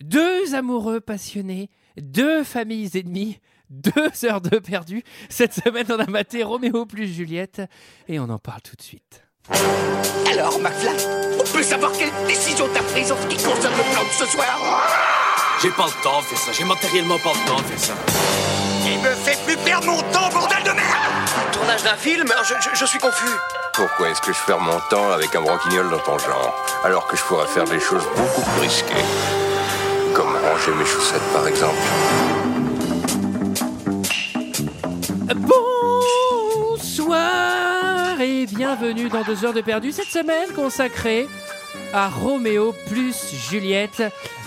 deux amoureux passionnés, deux familles ennemies, deux heures de perdu. Cette semaine, on a maté Roméo plus Juliette et on en parle tout de suite. Alors, McFly, on peut savoir quelle décision t'as prise en ce qui concerne le plan de ce soir J'ai pas le temps de faire ça, j'ai matériellement pas le temps de faire ça. Il me fait plus perdre mon temps, bordel de merde Tournage d'un film je, je- je suis confus. Pourquoi est-ce que je perds mon temps avec un broquignol dans ton genre, alors que je pourrais faire des choses beaucoup plus risquées Comme ranger mes chaussettes, par exemple. Bonsoir et bienvenue dans deux heures de perdu. Cette semaine consacrée à Roméo plus Juliette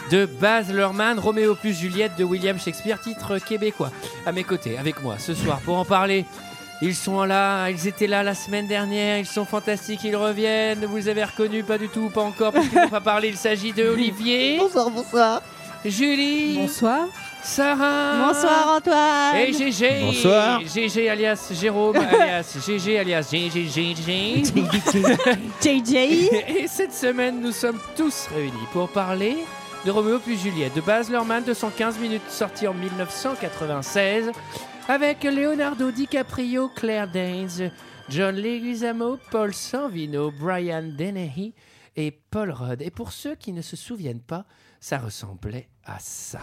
de Baz Luhrmann, Roméo plus Juliette de William Shakespeare, titre québécois. À mes côtés, avec moi ce soir pour en parler. Ils sont là, ils étaient là la semaine dernière, ils sont fantastiques, ils reviennent. Vous les avez reconnus, pas du tout, pas encore, parce qu'ils n'ont pas parlé. Il s'agit de Olivier, Bonsoir, bonsoir. Julie, Bonsoir. Sarah. Bonsoir Antoine. Euh. Et GG Bonsoir. GG alias Jérôme alias GG alias GG GG JJ. Et cette semaine, nous sommes tous réunis pour parler de Roméo plus Juliette, de Baz Luhrmann, 215 minutes, sorti en 1996, avec Leonardo DiCaprio, Claire Danes, John Leguizamo, Paul Sanvino, Brian Dennehy et Paul Rudd. Et pour ceux qui ne se souviennent pas, ça ressemblait à ça.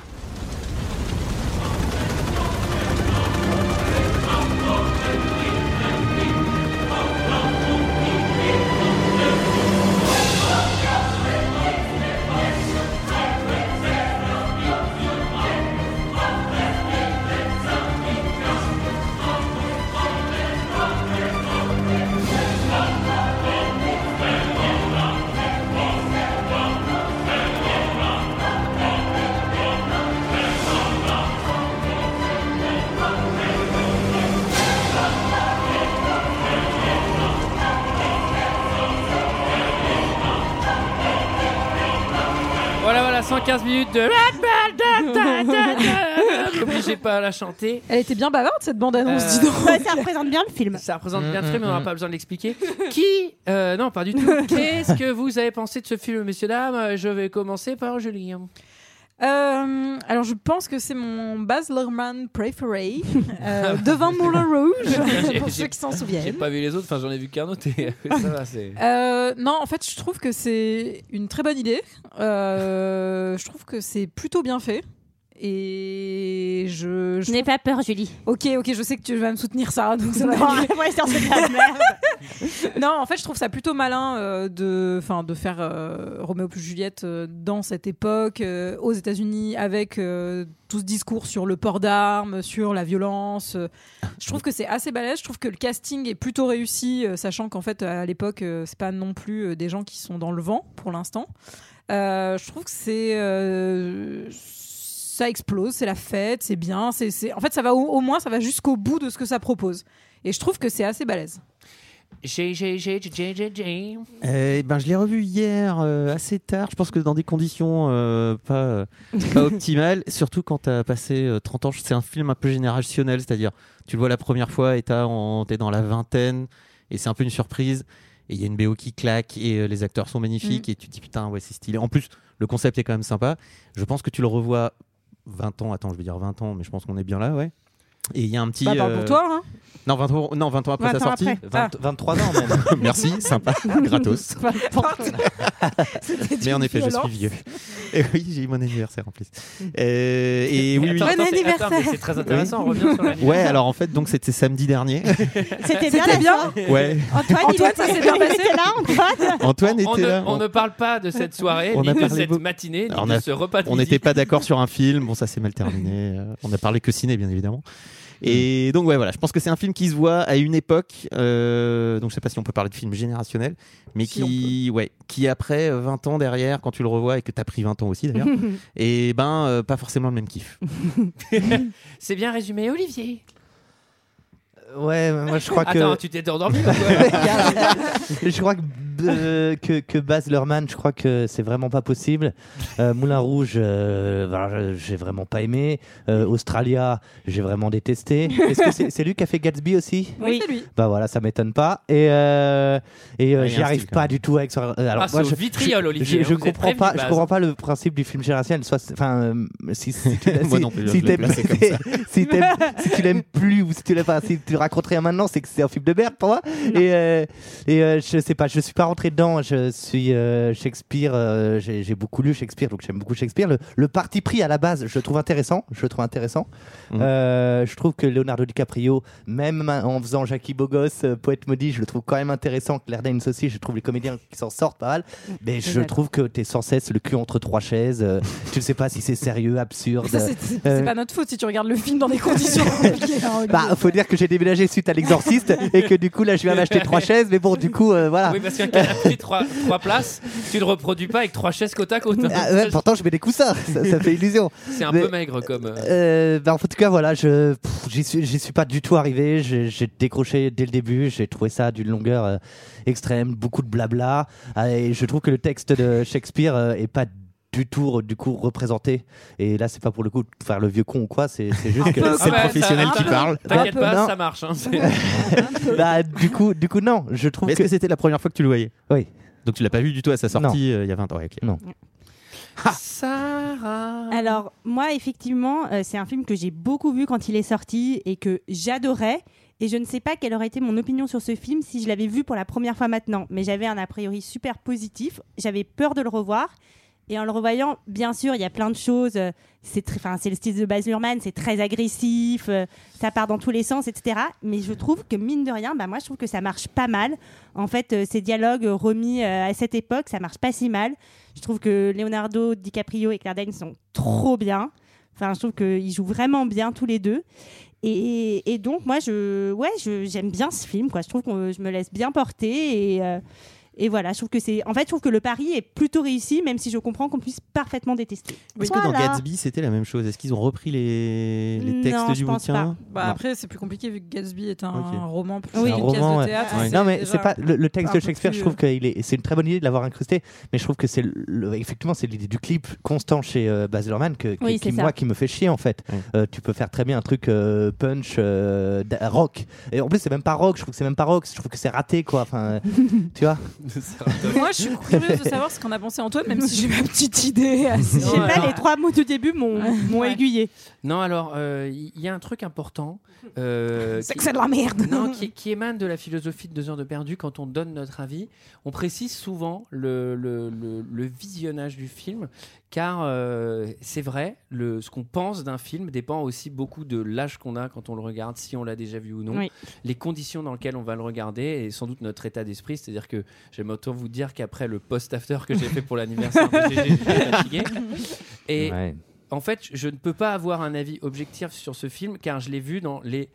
Voilà, voilà, 115 minutes de. N'obligez pas à la chanter. Elle était bien bavarde cette bande annonce, Euh, dis donc. Ouais, ça représente bien le film. Ça représente bien très, mais on n'aura pas besoin de l'expliquer. Qui euh, Non, pas du tout. Qu'est-ce que vous avez pensé de ce film, messieurs, dames Euh, Je vais commencer par Julie. Euh, alors je pense que c'est mon Baz Luhrmann Preferé euh, devant Moulin Rouge pour j'ai- ceux qui s'en J'ai souviennent. pas vu les autres, enfin j'en ai vu qu'un autre. et ça va, c'est. Euh, non, en fait, je trouve que c'est une très bonne idée. Euh, je trouve que c'est plutôt bien fait. Et je, je- n'ai pas peur, Julie. Ok, ok, je sais que tu vas me soutenir, Sarah. Donc ça va Non, aller. ouais, c'est un truc de la merde. non, en fait, je trouve ça plutôt malin euh, de, enfin, de faire euh, Roméo plus Juliette euh, dans cette époque euh, aux États-Unis avec euh, tout ce discours sur le port d'armes, sur la violence. euh. Je trouve que c'est assez balèze. Je trouve que le casting est plutôt réussi, euh, sachant qu'en fait, à l'époque, euh, c'est pas non plus euh, des gens qui sont dans le vent pour l'instant. Euh, je trouve que c'est euh, ça explose, c'est la fête, c'est bien, c'est c'est- en fait ça va au, au moins ça va jusqu'au bout de ce que ça propose. Et je trouve que c'est assez balèze. J'ai, j'ai, j'ai, j'ai, j'ai, j'ai, j'ai. Eh ben, je l'ai revu hier euh, assez tard. Je pense que dans des conditions euh, pas, euh, pas optimales, surtout quand tu as passé euh, 30 ans, c'est un film un peu générationnel, c'est-à-dire tu le vois la première fois et t'as en- t'es dans la vingtaine et c'est un peu une surprise. Et il y a une BO qui claque et euh, les acteurs sont Mm. magnifiques et tu te dis putain, ouais, c'est stylé. En plus, le concept est quand même sympa. Je pense que tu le revois 20 ans, attends, je vais dire 20 ans, mais je pense qu'on est bien là, ouais. Et il y a un petit. Bah, parle euh, pour toi, hein. Non, 20 ans, non, 20 ans après 20 sa ans sortie. après. Ah. 23 ans même. Merci, sympa, gratos. Mais en effet, je suis vieux. Et oui, j'ai eu mon anniversaire en plus. Euh, et oui, oui. Attends, Bon attends, c'est- anniversaire. attends, mais C'est très intéressant, on revient sur la Ouais, alors en fait, donc c'était samedi dernier. C'était bien. C'était la bien. soirée. Ouais, Antoine, il Antoine, était- ça s'est bien il passé. était là, Antoine. Antoine on, était ne, là. on ne parle pas de cette soirée, On ni a de parlé cette beaucoup. matinée, ni On de a- ce repas de On midi. n'était pas d'accord sur un film. Bon, ça s'est mal terminé. Euh, on a parlé que ciné, bien évidemment. Mm. Et donc, ouais, voilà. Je pense que c'est un film qui se voit à une époque. euh, donc, je sais pas si on peut parler de film générationnel, mais Si, qui, ouais, qui après euh, 20 ans derrière, quand tu le revois et que t'as pris 20 ans aussi d'ailleurs, et ben, euh, pas forcément le même kiff. C'est bien résumé, Olivier. Ouais, moi je crois que Attends, tu t'es endormi ou quoi je crois que euh, que, que Baz Luhrmann, je crois que c'est vraiment pas possible. Euh, Moulin Rouge, euh, ben, je- j'ai vraiment pas aimé. Euh, Australia, j'ai vraiment détesté. Est-ce que c'est c'est lui qui a fait Gatsby aussi Oui, c'est lui. Bah voilà, ça m'étonne pas. Et, euh, et euh, Ouais, Ah, il y a j'y un arrive style, quand pas même. du tout avec. son- euh, Alors, Ah, c'est au vitriol, je- Olivier, je- hein, vous Je, êtes comprends pas. prévenu, Je Baz. comprends pas le principe du film générationnel. Soit, enfin, euh, si, si tu Moi si- non plus, je si l'ai t'aimes- placé comme ça. si t'aimes- si tu l'aimes plus ou si tu l'aimes pas, si tu racontes rien maintenant, c'est que c'est un film de merde pour moi. Et, euh, et euh, je sais pas, je suis pas rentré dedans. Je suis euh, Shakespeare. euh, j'ai j'ai beaucoup lu Shakespeare, donc j'aime beaucoup Shakespeare. Le, le parti pris à la base, je le trouve intéressant. Je le trouve intéressant. Mhm. Euh, je trouve que Leonardo DiCaprio, même en faisant Jackie Bogos, euh, poète maudit, je le trouve quand même intéressant. Claire Danes aussi, je trouve les comédiens qui s'en sortent pas mal. Mais je Exact. trouve que t'es sans cesse le cul entre trois chaises. euh, tu ne sais pas si c'est sérieux, absurde. Ça, c'est- c'est Euh, c'est pas notre faute si tu regardes le film dans des conditions compliquées. hein, Olivier. Bah, faut dire que j'ai déménagé suite à l'exorciste et que du coup là je viens m'acheter trois chaises, mais bon, du coup, euh, voilà. Oui, parce qu'un canapé, trois, trois places, tu ne reproduis pas avec trois chaises côte à côte. Ah, ouais, pourtant, je mets des coussins, ça, ça fait illusion. C'est un mais- peu maigre comme. euh, Euh, bah, en tout cas, voilà, je pff, j'y suis, j'y suis pas du tout arrivé. J'ai j'ai décroché dès le début. J'ai trouvé ça d'une longueur euh, extrême, beaucoup de blabla. Ah, et je trouve que le texte de Shakespeare euh, est pas du tout euh, du coup représenté. Et là, c'est pas pour le coup de faire le vieux con ou quoi. C'est c'est juste que peu. Ah bah, professionnel ça- qui t'in- parle. T'inquiète Un peu, pas, non. ça marche. hein, c'est- bah, du coup, du coup, non. Je trouve Mais est-ce que que c'était la première fois que tu le voyais Oui. Donc tu l'as pas vu du tout à sa sortie euh, il y a 20 ans. Ouais, ok. Ah. Sarah. Alors, moi, effectivement, euh, c'est un film que j'ai beaucoup vu quand il est sorti et que j'adorais. Et je ne sais pas quelle aurait été mon opinion sur ce film si je l'avais vu pour la première fois maintenant. Mais j'avais un a priori super positif. J'avais peur de le revoir. Et en le revoyant, bien sûr, il y a plein de choses. euh, C'est très, enfin, c'est le style de Baz Luhrmann, c'est très agressif, euh, ça part dans tous les sens, etc. Mais je trouve que mine de rien, bah moi, je trouve que ça marche pas mal. En fait, euh, ces dialogues euh, remis euh, à cette époque, ça marche pas si mal. Je trouve que Leonardo DiCaprio et Claire Danes sont trop bien. Enfin, je trouve qu'ils jouent vraiment bien tous les deux. Et, et donc, moi, je, ouais, je- j'aime bien ce film. Quoi. Je trouve que je me laisse bien porter. Et, euh, et voilà, je trouve que c'est. En fait, je trouve que le pari est plutôt réussi, même si je comprends qu'on puisse parfaitement détester. Est-ce que dans Voilà. Gatsby c'était la même chose Est-ce qu'ils ont repris les, les textes Non, du je pense bouquin Bah, Non. après, c'est plus compliqué vu que Gatsby est un Ok. roman plus Oui. qu'une Un roman, pièce ouais. de théâtre. Ouais. Non mais déjà- c'est pas le, le un texte peu de Shakespeare. plus, Je trouve que il est- c'est une très bonne idée de l'avoir incrusté, mais je trouve que c'est le- le- effectivement c'est l'idée du clip constant chez euh, Baz Luhrmann que, que- Oui, qui c'est ça. moi qui me fait chier en fait. Ouais. Euh, tu peux faire très bien un truc euh, punch euh, da- rock et en plus c'est même pas rock. Je trouve que c'est même pas rock. Je trouve que c'est raté quoi. Enfin euh, tu vois. Moi, je suis curieuse de savoir ce qu'on a pensé Antoine, même si j'ai ma petite idée. assez- Je sais pas, alors- les trois mots du début m'ont m'ont Ouais. aiguillé. Non, alors, euh, il y, y a un truc important. euh, C'est qui- que c'est de la merde. Non, qui, qui émane de la philosophie de deux heures de perdu. Quand on donne notre avis, on précise souvent le, le- le- le visionnage du film, car euh, c'est vrai, le, ce qu'on pense d'un film dépend aussi beaucoup de l'âge qu'on a quand on le regarde, si on l'a déjà vu ou non, Oui. les conditions dans lesquelles on va le regarder et sans doute notre état d'esprit. C'est-à-dire que j'aime autant vous dire qu'après le post-after que j'ai fait pour l'anniversaire, de GG, j'étais fatigué. Et en fait, je- je ne peux pas avoir un avis objectif sur ce film car je l'ai vu dans les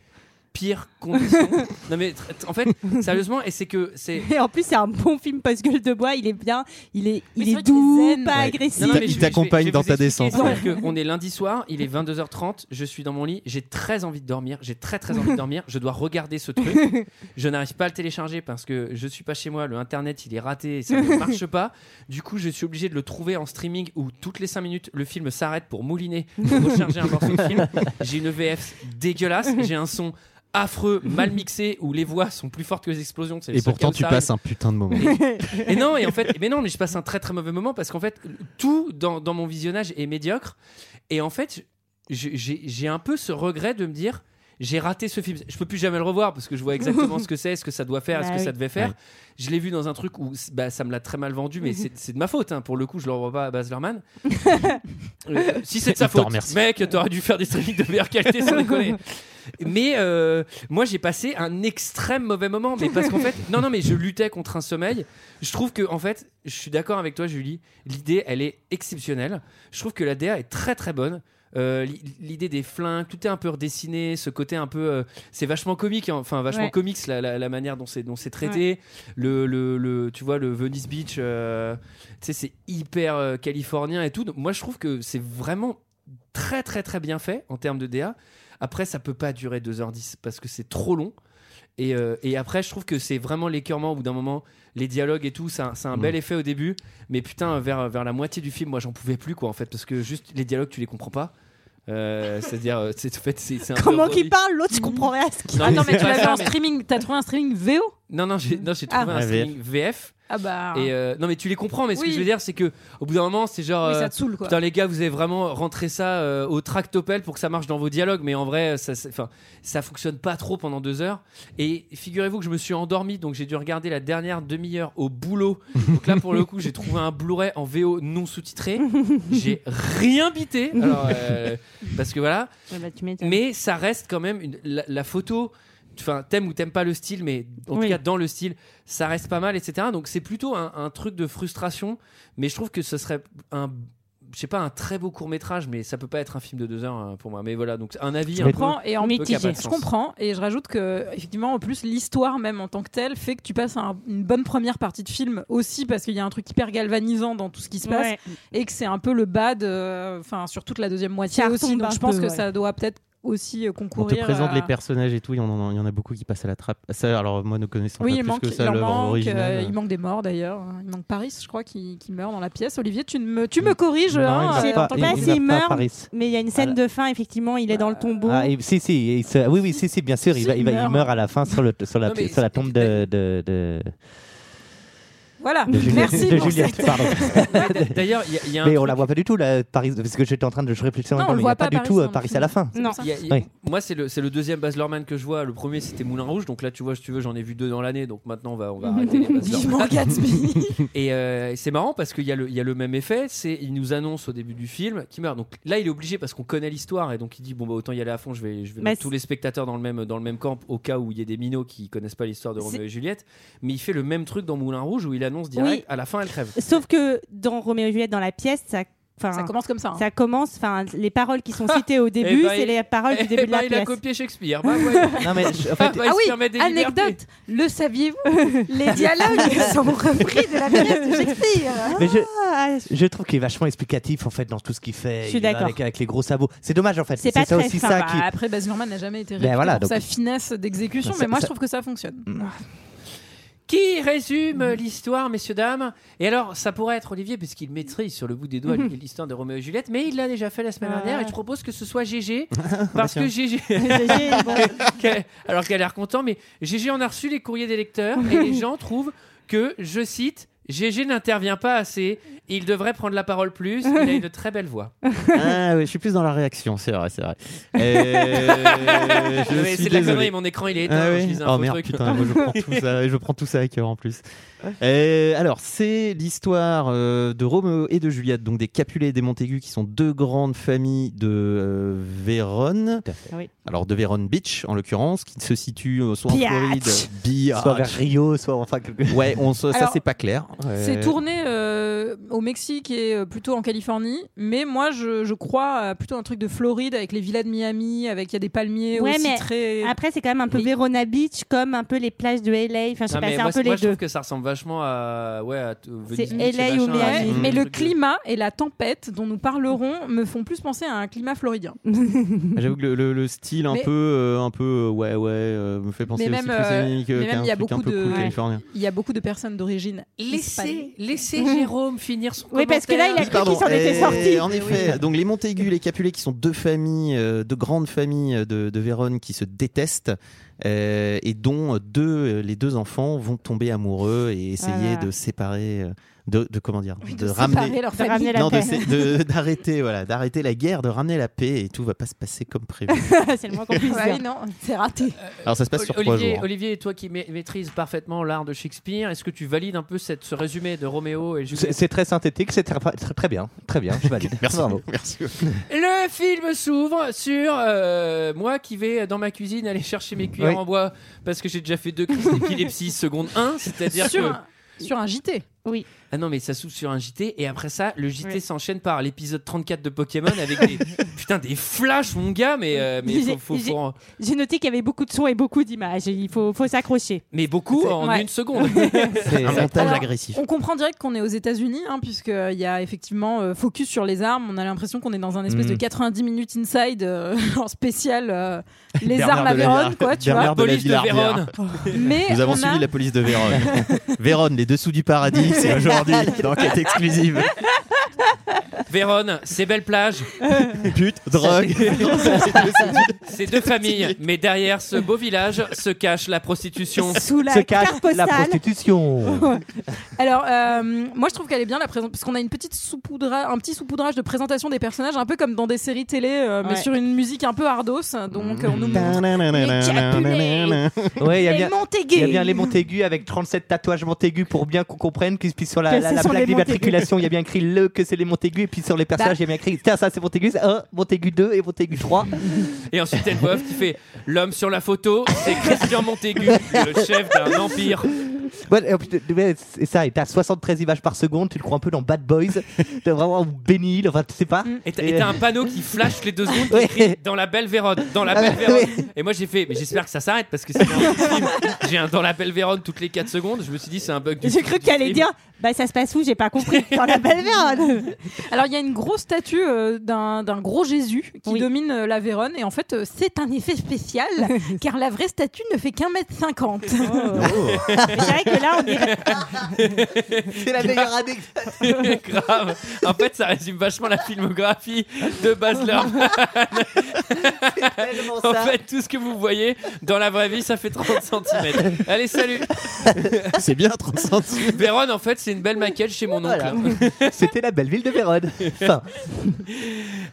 pires conditions. non mais tr- tr- en fait, sérieusement, et c'est que c'est Et en plus, c'est un bon film post-gueule de bois. Il est bien, il est, il Mais c'est est vrai qu'il est doux, zen. pas Ouais. agressif. Non, non, mais Il je- je t'accompagne vais- je vais dans vous ta expliquer. descente, ouais. C'est-à-dire que on est lundi soir, il est 22h30, je suis dans mon lit, j'ai très envie de dormir, j'ai très très envie de dormir, je dois regarder ce truc. Je n'arrive pas à le télécharger parce que je suis pas chez moi, le internet il est raté, et ça ne marche pas. Du coup, je suis obligé de le trouver en streaming où toutes les 5 minutes le film s'arrête pour mouliner, pour recharger un morceau de film. J'ai une VF dégueulasse, j'ai un son affreux, mal mixé où les voix sont plus fortes que les explosions. c'est le Et seul cas pourtant où tu ça arrive. passes un putain de moment. Et non, et en fait, mais non, mais je passe un très très mauvais moment parce qu'en fait, tout dans, dans mon visionnage est médiocre. Et en fait, je- j'ai j'ai un peu ce regret de me dire. J'ai raté ce film. Je peux plus jamais le revoir parce que je vois exactement ce que c'est, ce que ça doit faire, Bah ce que oui. ça devait faire. Je l'ai vu dans un truc où c- bah, ça me l'a très mal vendu, mais c'est c'est de ma faute. hein. Pour le coup, je le revois pas à Baz Luhrmann. Euh, si c'est de sa Il t'en faute, remercie. mec, t'aurais dû faire des streamings de meilleure qualité sans déconner. Mais euh, moi, j'ai passé un extrême mauvais moment. Mais parce qu'en fait, non, non, mais je luttais contre un sommeil. Je trouve que, en fait, je suis d'accord avec toi, Julie. L'idée, elle est exceptionnelle. Je trouve que la DA est très très bonne. Euh, l'i- L'idée des flingues, tout est un peu redessiné, ce côté un peu, euh, c'est vachement comique, hein, enfin vachement Ouais. comics la, la- la manière dont c'est dont c'est traité. Le, le, le- tu vois le Venice Beach, euh, tu sais c'est hyper euh, californien et tout. Donc, moi je trouve que c'est vraiment très très très bien fait en termes de DA. Après ça peut pas durer 2h10 parce que c'est trop long. Et, euh, et après, je trouve que c'est vraiment l'écœurement au bout d'un moment. Les dialogues et tout, ça, ça a un bel effet au début. Mais putain, vers, vers la moitié du film, moi, j'en pouvais plus, quoi, en fait. Parce que juste les dialogues, tu les comprends pas. Euh, C'est-à-dire, euh, c'est en fait, c'est c'est un peu Comment qu'il redit. parle l'autre, tu comprends rien à ce qu'il Non, Attends, mais c'est tu pas l'as vu ça, en mais- streaming T'as trouvé un streaming VO Non, non, j'ai non, j'ai trouvé Ah. un Ah, VF. streaming VF. Ah bah. Et euh, non, mais tu les comprends, mais ce que Oui. je veux dire, c'est que au bout d'un moment, c'est genre. oui, euh, ça te saoule quoi. Putain les gars, vous avez vraiment rentré ça euh, au tractopelle pour que ça marche dans vos dialogues, mais en vrai, ça, c'est- enfin, ça fonctionne pas trop pendant deux heures. Et figurez-vous que je me suis endormi, donc j'ai dû regarder la dernière demi-heure au boulot. Donc là, pour le coup, j'ai trouvé un Blu-ray en VO non sous-titré. J'ai rien bité, Alors, euh, parce que voilà. Ouais, bah, tu m'étonnes. Mais ça reste quand même une- la, la photo. Enfin, t'aimes ou t'aimes pas le style, mais en Oui. tout cas dans le style, ça reste pas mal, etc. Donc c'est plutôt un, un truc de frustration, mais je trouve que ce serait un, je sais pas, un très beau court métrage, mais ça peut pas être un film de deux heures hein, pour moi. Mais voilà, donc un avis. hein. un Je comprends et en peu qui a pas de je sens. comprends et je rajoute que effectivement en plus l'histoire même en tant que telle fait que tu passes un- une bonne première partie de film aussi parce qu'il y a un truc hyper galvanisant dans tout ce qui se passe Ouais. et que c'est un peu le bad euh, enfin sur toute la deuxième moitié Ça aussi retombe donc un je pense peu, que ouais. ça doit peut-être aussi euh, On te concourir présente à- les personnages et tout, il y, en a- il y en a beaucoup qui passent à la trappe. Ça, alors moi, nous connaissons oui, pas il plus manque, que ça il en l'œuvre manque, euh, originale. il manque des morts d'ailleurs. Il manque Paris, je crois, qui, qui meurt dans la pièce. Olivier, tu ne me, tu me corriges. Non, hein, il meurt euh, pas. en tant il- que- pas s'il meurt meurt. pas à Paris. Mais il y a une scène de fin, effectivement, il est dans le tombeau. Ah, et- si, si, il se- oui, oui, si, si, bien sûr, il, Si, va, il, va- il il meurt. meurt à la fin sur, le, sur, la, Non, mais sur la c'est- tombe de, de, de, Voilà, de Juliette. merci de pour Juliette, cette- pardon. D'ailleurs, il y a- il y, a un Mais on truc- la voit pas du tout, là, Paris, parce que j'étais en train de je réfléchissais en Non, même on temps, le mais il n'y voit a pas pas, du Paris, tout dans euh, le Paris à film. la fin. Mm. c'est Non. pour ça. il y a- il y a- Oui. Moi, c'est le, c'est le deuxième Baz Luhrmann que je vois. Le premier, c'était Moulin Rouge. Donc là, tu vois, si tu veux, j'en ai vu deux dans l'année. Donc maintenant, on va, on va arrêter les Baz Luhrmann. Vivement Gatsby. Et euh, c'est marrant parce qu'il y, a le- il y a le même effet, c'est il nous annonce au début du film qu'il meurt. Donc là, il est obligé parce qu'on connaît l'histoire et donc il dit bon bah autant y aller à fond, je vais, je vais Bah, mettre tous c'est- les spectateurs dans le même dans le même camp au cas où il y ait des minots qui connaissent pas l'histoire de C'est- Roméo et Juliette. Mais il fait le même truc dans Moulin Rouge où il annonce direct Oui. à la fin elle crève. Sauf que dans Roméo et Juliette, dans la pièce, ça, enfin, Ça commence comme ça. hein. ça commence. Enfin, les paroles qui sont citées au début, bah, c'est il- les paroles du Eh début de bah, la il a pièce. copié Shakespeare. Bah, ouais. Non, mais je- en Ah, fait, bah, il Ah se permet oui, des libertés. anecdote. Le saviez-vous Les dialogues sont repris de la pièce de Shakespeare. mais je, je trouve qu'il est vachement explicatif en fait dans tout ce qu'il Je fait. Ah, suis Il va d'accord. Avec, avec les gros sabots. C'est dommage en fait. C'est pas ça très aussi fin, ça bah, qui. Bah, Après, Baz Luhrmann n'a jamais été Ben réputé voilà, pour sa donc- finesse d'exécution, Ça- mais moi ça- je trouve que ça Mm. fonctionne. Qui résume l'histoire, messieurs dames Et alors, ça pourrait être Olivier, puisqu'il maîtrise sur le bout des doigts l'histoire de Roméo et Juliette, mais il l'a déjà fait la semaine Ah. dernière. Et je propose que ce soit GG, parce que GG, Gégé, bon. qu'elle- alors qu'elle a l'air content, mais GG en a reçu les courriers des lecteurs et les gens trouvent que, je cite, GG n'intervient pas assez, il devrait prendre la parole plus, il a une très belle voix. Ah, ouais, je suis plus dans la réaction, c'est vrai, c'est vrai. Euh, je Ah, Mais suis C'est de la désolé. connerie, mon écran il est éteint, Ah donc oui. je lisais un Oh faux merde, truc. putain, moi je prends tout ça, je prends tout ça à cœur en plus. Euh, alors, c'est l'histoire euh, de Roméo et de Juliette, donc des Capulet et des Montaigu, qui sont deux grandes familles de euh, Vérone. Tout à fait. Oui. Alors, de Vérone Beach, en l'occurrence, qui se situe euh, soit en Biatch. Floride, Soit Ah, Biatch. vers Rio, soit enfin quelque. Ouais, on, se- ça Alors, c'est pas clair. C'est Euh, tourné euh, au Mexique et euh, plutôt en Californie, mais moi je, je crois à plutôt un truc de Floride avec les villas de Miami, avec il y a des palmiers Ouais, aussi mais très. Après, c'est quand même un peu Oui. Verona Beach, comme un peu les plages de LA. Enfin, je sais Non, pas, Ah, mais c'est moi, un peu c'est- moi, les je trouve deux. que ça ressemble vachement à, ouais, à t- Venice C'est Beach et LA ou machin, Miami. à- Ouais, Mmh. mais le truc de- climat et la tempête dont nous parlerons me font plus penser à un climat floridien. Ah, J'avoue que le, le- le style un Mais- peu, euh, un peu, euh, ouais, ouais, euh, me fait penser Mais aussi même, plus à euh, Munich, euh, mais même, qu'à un il y a truc un beaucoup peu de- cool Ouais. californien. Il y a beaucoup de personnes d'origine. hispanique. Laissez, laissez Jérôme finir son Oui, parce que là, il a commentaire. cru qu'il s'en était Eh, sorti. En effet, donc les Montaigu, les Capulet, qui sont deux familles, euh, deux grandes familles de, de Vérone qui se détestent euh, et dont deux, euh, les deux enfants vont tomber amoureux et essayer Voilà. de séparer, euh, de, de comment dire, Oui, de, de séparer ramener. leur De famille. ramener la non, de paix. sé- de- d'arrêter voilà, d'arrêter la guerre, de ramener la paix et tout va pas se passer comme prévu. c'est le moins qu'on puisse Ouais, dire. non, c'est raté. Alors ça se passe sur trois Olivier, jours. hein. Olivier, toi qui ma- maîtrises parfaitement l'art de Shakespeare, est-ce que tu valides un peu cette, ce résumé de Roméo et C'est Juliette c'est très synthétique, c'est très, très, très bien, très bien. Je valide. Merci, Bravo. merci. Le film s'ouvre sur euh, moi qui vais dans ma cuisine aller chercher mes cuillères Oui. en bois parce que j'ai déjà fait deux crises d'épilepsie seconde 1, c'est-à-dire Sur que un, sur un JT. Oui. Ah non, mais ça s'ouvre sur un JT et après ça, le JT Ouais. s'enchaîne par l'épisode 34 de Pokémon avec des putain des flashs, mon gars, mais euh, mais faut, J'ai- faut- j'ai- faut- J'ai noté qu'il y avait beaucoup de sons et beaucoup d'images. Il faut, faut s'accrocher. mais beaucoup C'est- en ouais. une seconde. C'est un montage Alors, agressif. On comprend direct qu'on est aux États-Unis, hein, puisqu'il y a effectivement euh, focus sur les armes. On a l'impression qu'on est dans un espèce Mm. de 90 minutes inside euh, en spécial euh, les Bernard armes à de la Vérone, Vérone. quoi, tu Bernard vois. la de la police de Villa Vérone. Mais Nous avons on suivi a- la police de Vérone. Vérone, les dessous du paradis, c'est aujourd'hui dans Enquête exclusive. Vérone, c'est belle plage, Pute, drogue. c'est deux familles, mais derrière ce beau village se cache la prostitution. Sous la se cache carte la postale. prostitution. Alors, euh, moi, je trouve qu'elle est bien la présentation, parce qu'on a une petite soupoudrage, un petit saupoudrage de présentation des personnages, un peu comme dans des séries télé, euh, mais Ouais. sur une musique un peu hardos. Mm. Donc, on nous montre. Ouais, il y a bien. Montaigu. Il y a bien les Montaigu avec 37 tatouages Montaigu pour bien qu'on comprenne que puis sur la, Que la- ce la sont plaque les Montaigu. Bah. d'immatriculation, il y a bien écrit le que c'est les Montaigu et puis sur les personnages, il y a bien écrit tiens ça c'est Montaigu 1, Montaigu 2 et Montaigu 3. Et ensuite, elle voit qui fait l'homme sur la photo, c'est Christian Montaigu, le chef d'un empire. Ouais, et en plus, ouais, c'est ça et t'as 73 images par seconde, tu le crois un peu dans Bad Boys, t'es vraiment ou Benny Hill, enfin tu sais pas. Et t'as et t'as un panneau qui flash les deux secondes qui Ouais. écrit dans la belle Vérone, dans la belle Vérone. Et moi j'ai fait, mais j'espère que ça s'arrête parce que sinon le film, j'ai un dans la belle Vérone toutes les 4 secondes. Je me suis dit c'est un bug. du- J'ai cru du qu'elle allait film. dire Bah, ça se passe où J'ai pas compris. Dans la belle Vérone. Alors, il y a une grosse statue euh, d'un d'un gros Jésus qui Oui. domine euh, la Vérone, et en fait, euh, c'est un effet spécial, car la vraie statue ne fait qu'un mètre cinquante. Oh. C'est vrai que là, on dirait. C'est la meilleure année. Grave. En fait, ça résume vachement la filmographie de Baz Luhrmann. Tellement En ça. fait, tout ce que vous voyez dans la vraie vie, ça fait 30 cm. Allez, salut. C'est bien 30 centimes. Vérone, en fait, c'est une belle maquette chez mon oncle. Voilà. C'était la belle ville de Vérone. Fin.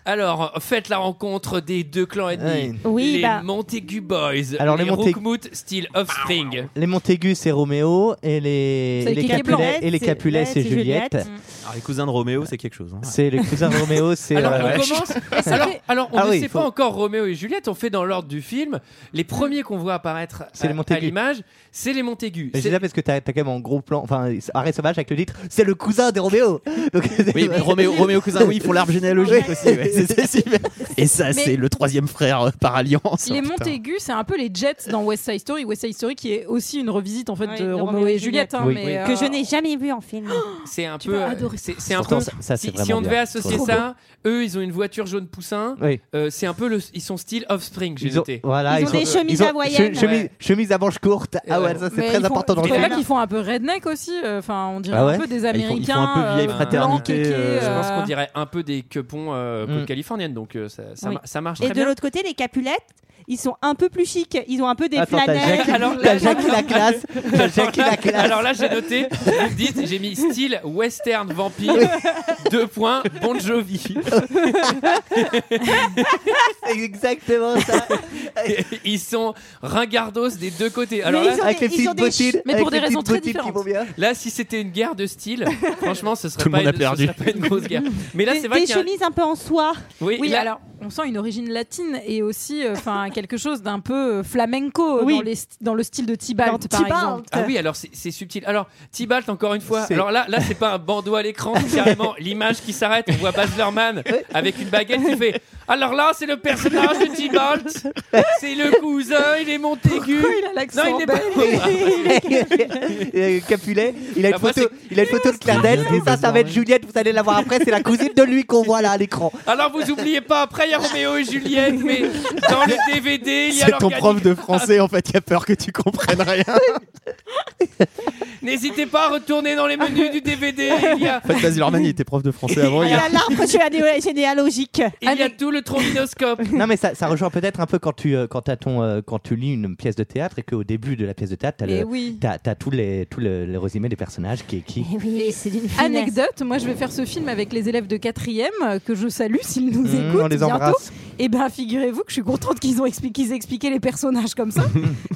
Alors, faites la rencontre des deux clans ennemis. Ouais. Oui, les bah. Montaigu Boys. Alors, les les Montaigu- Rookmout style Offspring. Les Montaigu c'est Roméo et les, C'est les Kiki Capulet Blanc. et les C'est- Capulet ouais, c'est c'est Juliette. Juliette. Alors, les cousins de Roméo, c'est quelque chose. hein. C'est le cousin de Roméo, c'est Alors, euh, on commence. Alors, alors, on Ah ne oui, sait faut- pas encore Roméo et Juliette. On fait dans l'ordre du film. Les premiers qu'on voit apparaître C'est les à, à Montaigu. l'image, c'est les Montaigu. Mais C'est- c'est ça parce que t'as t'as quand même en gros plan, enfin, Arrêt Sauvage avec le titre, c'est le cousin de Roméo. Donc, Oui, mais Roméo, Roméo cousin, oui, ils font l'arbre généalogique aussi. ouais, c'est- c'est super. Et ça, c'est le troisième frère euh, par alliance. Les Oh, putain. Montaigu, c'est un peu les Jets dans West Side Story. West Side Story qui est aussi une revisite en fait Oui, de Roméo et Juliette, hein, Oui. mais, Oui. euh, Que je n'ai jamais vu en film. C'est un Tu peu. vas euh, adorer C'est c'est un peu. Pourtant, ça- ça, c'est si, si vraiment on devait bien. associer Trop ça, eux, ils ont une voiture jaune poussin. Oui. Euh, c'est un peu le, ils sont style Offspring, j'ai Ils ont, noté. voilà, Ils ont des chemises ils ont hawaïennes. che- chemise, Ouais. chemise à manches courtes. Ah Euh, ouais, ça c'est mais très ils font- important dans tu le trouves film. pas qu'ils font un peu redneck aussi. euh, Enfin, on dirait Ah ouais un peu des ils font- Américains. ils font un peu vieille euh, fraternité, blancs, kékés, euh, Je pense euh, qu'on dirait un peu des quepons euh, côte Mm. californienne, donc euh, ça, ça, Oui. mar- ça marche Et très de bien. l'autre côté, les Capulettes, ils sont un peu plus chics. Ils ont un peu des Attends, t'as flanelles. Jacques, Alors t'as là- Jacques qui la classe. T'as Jacques qui la classe. Alors là, j'ai noté, vous me dites, j'ai mis style western vampire, deux points, Bon Jovi. C'est exactement ça. Ils sont ringardos des deux côtés. Mais Alors là, ils ont Avec des- les ils ont petites des ch- bottines. mais avec pour les des raisons petites très bottines qui différentes. vont bien. là, si c'était une guerre de style, franchement, ce serait Tout le pas, monde a une- ce perdu. serait pas une grosse guerre. Mais là, des- c'est vrai des qu'il y a... chemises un peu en soie. Oui, Oui, là- alors on sent une origine latine et aussi euh, enfin quelque chose d'un peu euh, flamenco Oui. dans, les st- dans le style de Tibalt Dans par Tibalt. exemple. Ah oui, alors c'est c'est subtil. Alors, Tibalt, encore une fois. C'est- Alors là, là c'est pas un bandeau à l'écran, c'est carrément l'image qui s'arrête. On voit Baz Luhrmann avec une baguette qui fait Alors là, c'est le personnage de Tibalt. C'est le cousin, il est Montaigu. Il a l'accent oh, Non, il n'est pas. Et euh, Capulet, il a une Après, photo, il a une photo de Claire Danes, et ça, ça va être Juliette, vous allez la voir après, c'est la cousine de lui qu'on voit là à l'écran. Alors vous oubliez pas, après il y a Roméo et Juliette, mais dans le DVD, il y a C'est ton l'organigramme. prof de français en fait qui a peur que tu comprennes rien. N'hésitez pas à retourner dans les menus du DVD. Il y a, En fait, Baz Luhrmann, il était prof de français avant. Il il y a- a l'arbre sur la dé- généalogique. il y a Avec- tout le trombinoscope. Non mais ça, ça rejoint peut-être un peu quand tu euh, quand t'as ton euh, quand tu lis une pièce de théâtre et qu'au début de la pièce de théâtre t'as Mais le oui. t'as t'as tout les tout le, le résumé des personnages qui qui Eh Oui, c'est d'une Anecdote, moi je vais faire ce film avec les élèves de quatrième euh, que je salue s'ils nous Mmh, écoutent on les bientôt. embrasse. Et ben figurez-vous que je suis contente qu'ils ont expliqué, qu'ils aient expliqué les personnages comme ça.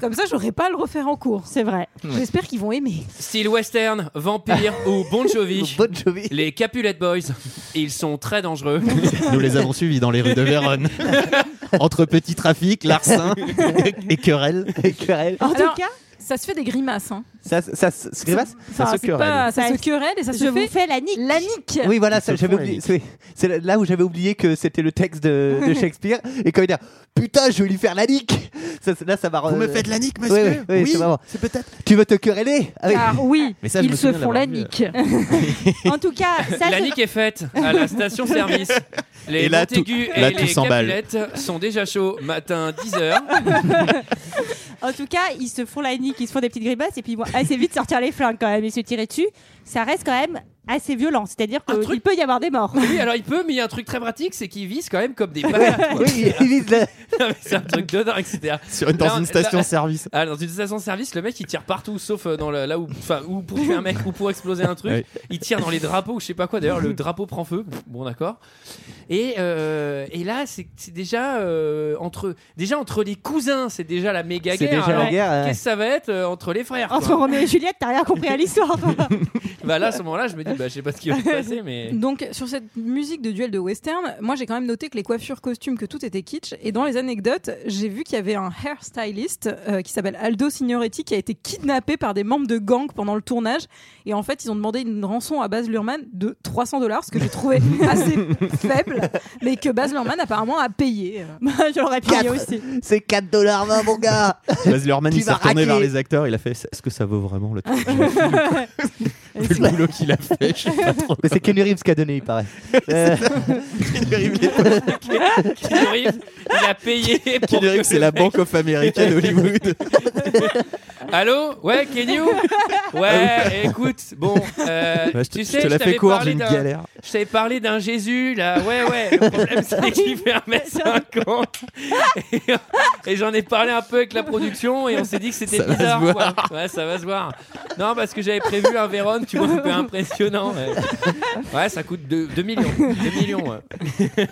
comme ça, j'aurais pas à le refaire en cours. C'est vrai. J'espère qu'ils vont aimer. Style western, vampire ou Bon Jovi. Bon Jovi. Les Capulet Boys, ils sont très dangereux. Nous les avons suivis dans les rues de Vérone. Entre petit trafic, larcin et querelle. Et Querelle. En Alors, tout cas, Ça se fait des grimaces. hein. Ça, ça, ça, se grimace Enfin, se c'est querelle. pas- ça Ça- se querelle et ça Je se vous fait fais la nique. la nique. Oui, voilà, Ils ça, se j'avais font oublié. la C'est c'est là où j'avais oublié que c'était le texte de, de Shakespeare. et quand il dit Putain, je vais lui faire la nique Ça, c'est- Là, ça va. Vous me euh, faites la nique, oui, monsieur oui, oui, c'est vraiment. c'est peut-être. Tu veux te quereller Avec- Ah. Car oui, Mais ça, je me ils se souviens font la l'avoir vu. nique. En tout cas, ça, la c'est- nique est faite à la station-service. Les Et là, tout- Montaigu et là, tout les s'emballe. Capulettes sont déjà chauds matin 10h. en tout cas, ils se font la nique, ils se font des petites grimaces et puis ils vont assez vite sortir les flingues quand même et se tirer dessus. Ça reste quand même assez violent. C'est-à-dire Un qu'il truc- peut y avoir des morts. Oui, alors il peut, mais il y a un truc très pratique, c'est qu'ils visent quand même comme des balades. Oui, il- il vise la- c'est un truc de dingue, etc. Sur, dans Là, on- une station-service. Ah, dans une station de service, le mec il tire partout, sauf euh, dans le- là où, enfin, ou pour tuer un mec ou pour exploser un truc. Ouais. Il tire dans les drapeaux ou je sais pas quoi. D'ailleurs, le drapeau prend feu. Bon, d'accord. Et, euh, et là, c'est c'est déjà euh, entre déjà entre les cousins, c'est déjà la méga C'est guerre. déjà alors, la guerre. euh. Qu'est-ce que ça va être euh, entre les frères quoi. Entre Roméo et Juliette, t'as rien compris à l'histoire. toi. Bah là, à ce moment-là, je me dis, bah je sais pas ce qui va se passer, mais Donc sur cette musique de duel de western, moi j'ai quand même noté que les coiffures, costumes, que tout était kitsch. Et dans les anecdotes, j'ai vu qu'il y avait un hairstylist euh, qui s'appelle Aldo Signoretti qui a été kidnappé par des membres de gang pendant le tournage. Et en fait, ils ont demandé une rançon à Baz Luhrmann de 300 dollars, ce que j'ai trouvé assez faible, mais que Baz Luhrmann apparemment a payé. Bah, je l'aurais payé Quatre. aussi. C'est 4,20$ mon gars Baz Luhrmann, Tu il s'est vas retourné raquer. vers les acteurs. Il a fait Est-ce que ça vaut vraiment le truc Vu le boulot qu'il a fait, je sais pas trop. Mais c'est Kenny Reeves qui a donné, il paraît. Euh, Keanu Reeves, il a payé. pour Kenny que Reeves, c'est le la mec- Bank of America d'Hollywood. Allô Ouais, Kenny Ouais, écoute, bon, euh, Ouais, je tu te, je sais, te je la fais t'avais court, j'ai parlé une d'un, galère. je t'avais parlé d'un Jésus, là, ouais, ouais, le problème, c'est qu'il fait 1m50, et, et j'en ai parlé un peu avec la production, et on s'est dit que c'était Ça va se bizarre, quoi. Ouais, ça va se voir. Non, parce que j'avais prévu un Véron, tu vois, un peu impressionnant, ouais. Ouais, ça coûte 2 millions, 2 millions, ouais.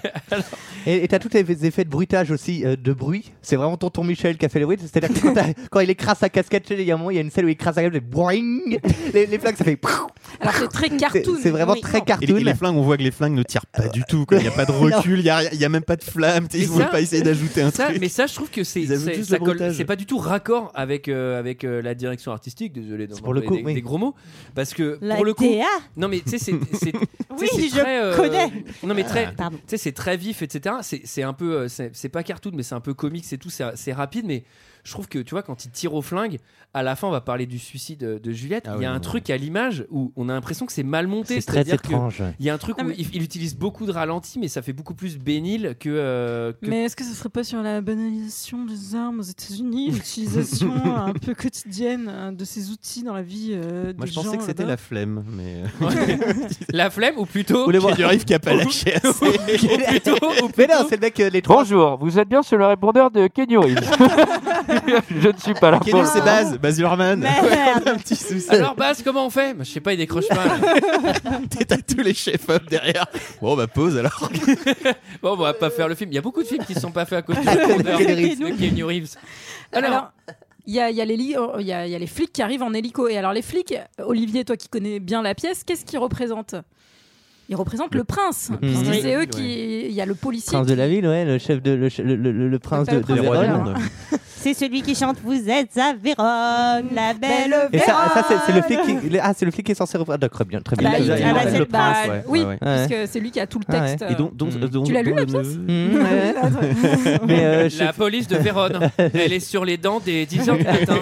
Et et t'as tous les effets de bruitage aussi, euh, de bruit. C'est vraiment tonton Michel qui a fait le bruit. C'est-à-dire que quand, t'as- quand il écrase sa casquette, tu sais, il y a un moment, il y a une scène où il écrase sa casquette, boing les, les flaques, ça fait. pouf Alors c'est très C'est cartoon. c'est vraiment Oui. très Et les, cartoon. et les flingues, on voit que les flingues ne tirent pas du tout. quoi. Il n'y a pas de recul, il n'y a, rien- il y a même pas de flamme. tu sais, Et Ils ne ça- veulent pas essayer d'ajouter un Ça, truc. mais ça, je trouve que c'est Ils ajoutent c'est- juste ça le colle- bruitage. c'est pas du tout raccord avec euh, avec euh, la direction artistique. Désolé, d'en C'est pour le employer coup, des, oui. des gros mots, parce que La pour le coup, TA. non mais tu sais, c'est c'est- tu Oui, sais, c'est je très, euh, connais. Non mais Ah. très, Pardon. tu sais, c'est très vif, etc. C'est c'est un peu, euh, c'est c'est pas cartoon, mais c'est un peu comique, c'est tout, c'est c'est rapide, mais je trouve que tu vois quand il tire au flingue, à la fin on va parler du suicide euh, de Juliette. il Ah y a oui, un non. truc à l'image où on a l'impression que c'est mal monté, C'est très c'est-à-dire que étrange. ouais. il y a un truc Ah, où mais- il, il utilise beaucoup de ralentis, mais ça fait beaucoup plus bénil que, euh, que Mais est-ce que ce serait pas sur la banalisation des armes aux États-Unis, l'utilisation un peu quotidienne euh, de ces outils dans la vie euh, des Moi, je pensais gens que c'était là-bas la flemme. Mais... euh, la flemme ou plutôt Ou les Kenny Reeves qui n'a pas lâché assez. Mais non, c'est le mec, euh, les trois. Bonjour, vous êtes bien sur le répondeur de Kenny Reeves. Je ne suis pas là. Kenny Reeves, c'est Baz. Baz Luhrmann. Merde. Un petit souci. Alors Baz, comment on fait Bah, Je sais pas, il décroche pas. Et T'as tous les chefs-op derrière. Bon, bah pause alors. Bon, bah, on va pas faire le film. Il y a beaucoup de films qui ne sont pas faits à cause du Keanu Reeves. de Keanu Reeves. Alors, Alors, il y a, il y a les li- euh, il y a- il y a les flics qui arrivent en hélico. Et alors, les flics, euh, Olivier, toi qui connais bien la pièce, qu'est-ce qu'ils représentent Ils représentent le prince. puisque Oui. c'est eux qui. Il y a le policier. Prince de qui- la ville, ouais, le chef de. Le, che- le- le- le- le prince pas de, le de prince de Vérone. Vérone. C'est celui qui chante Vous êtes à Vérone, la belle Et ça, ça, c'est- c'est le flic Vérone. qui. le- Ah, c'est le flic qui est censé reprendre. D'accord, bien, très bien. Bah, il- Déjà, il- il- ah, bah, il- c'est- le- bah, prince, ouais, Oui, ouais, ouais. puisque c'est lui qui a tout le Ah ouais. texte. Et donc, donc, Mm. donc- Tu l'as lu, donc la le neveu- Mm. Mmh, ouais. Mais euh, je- la police de Vérone, elle est sur les dents des 10h du matin.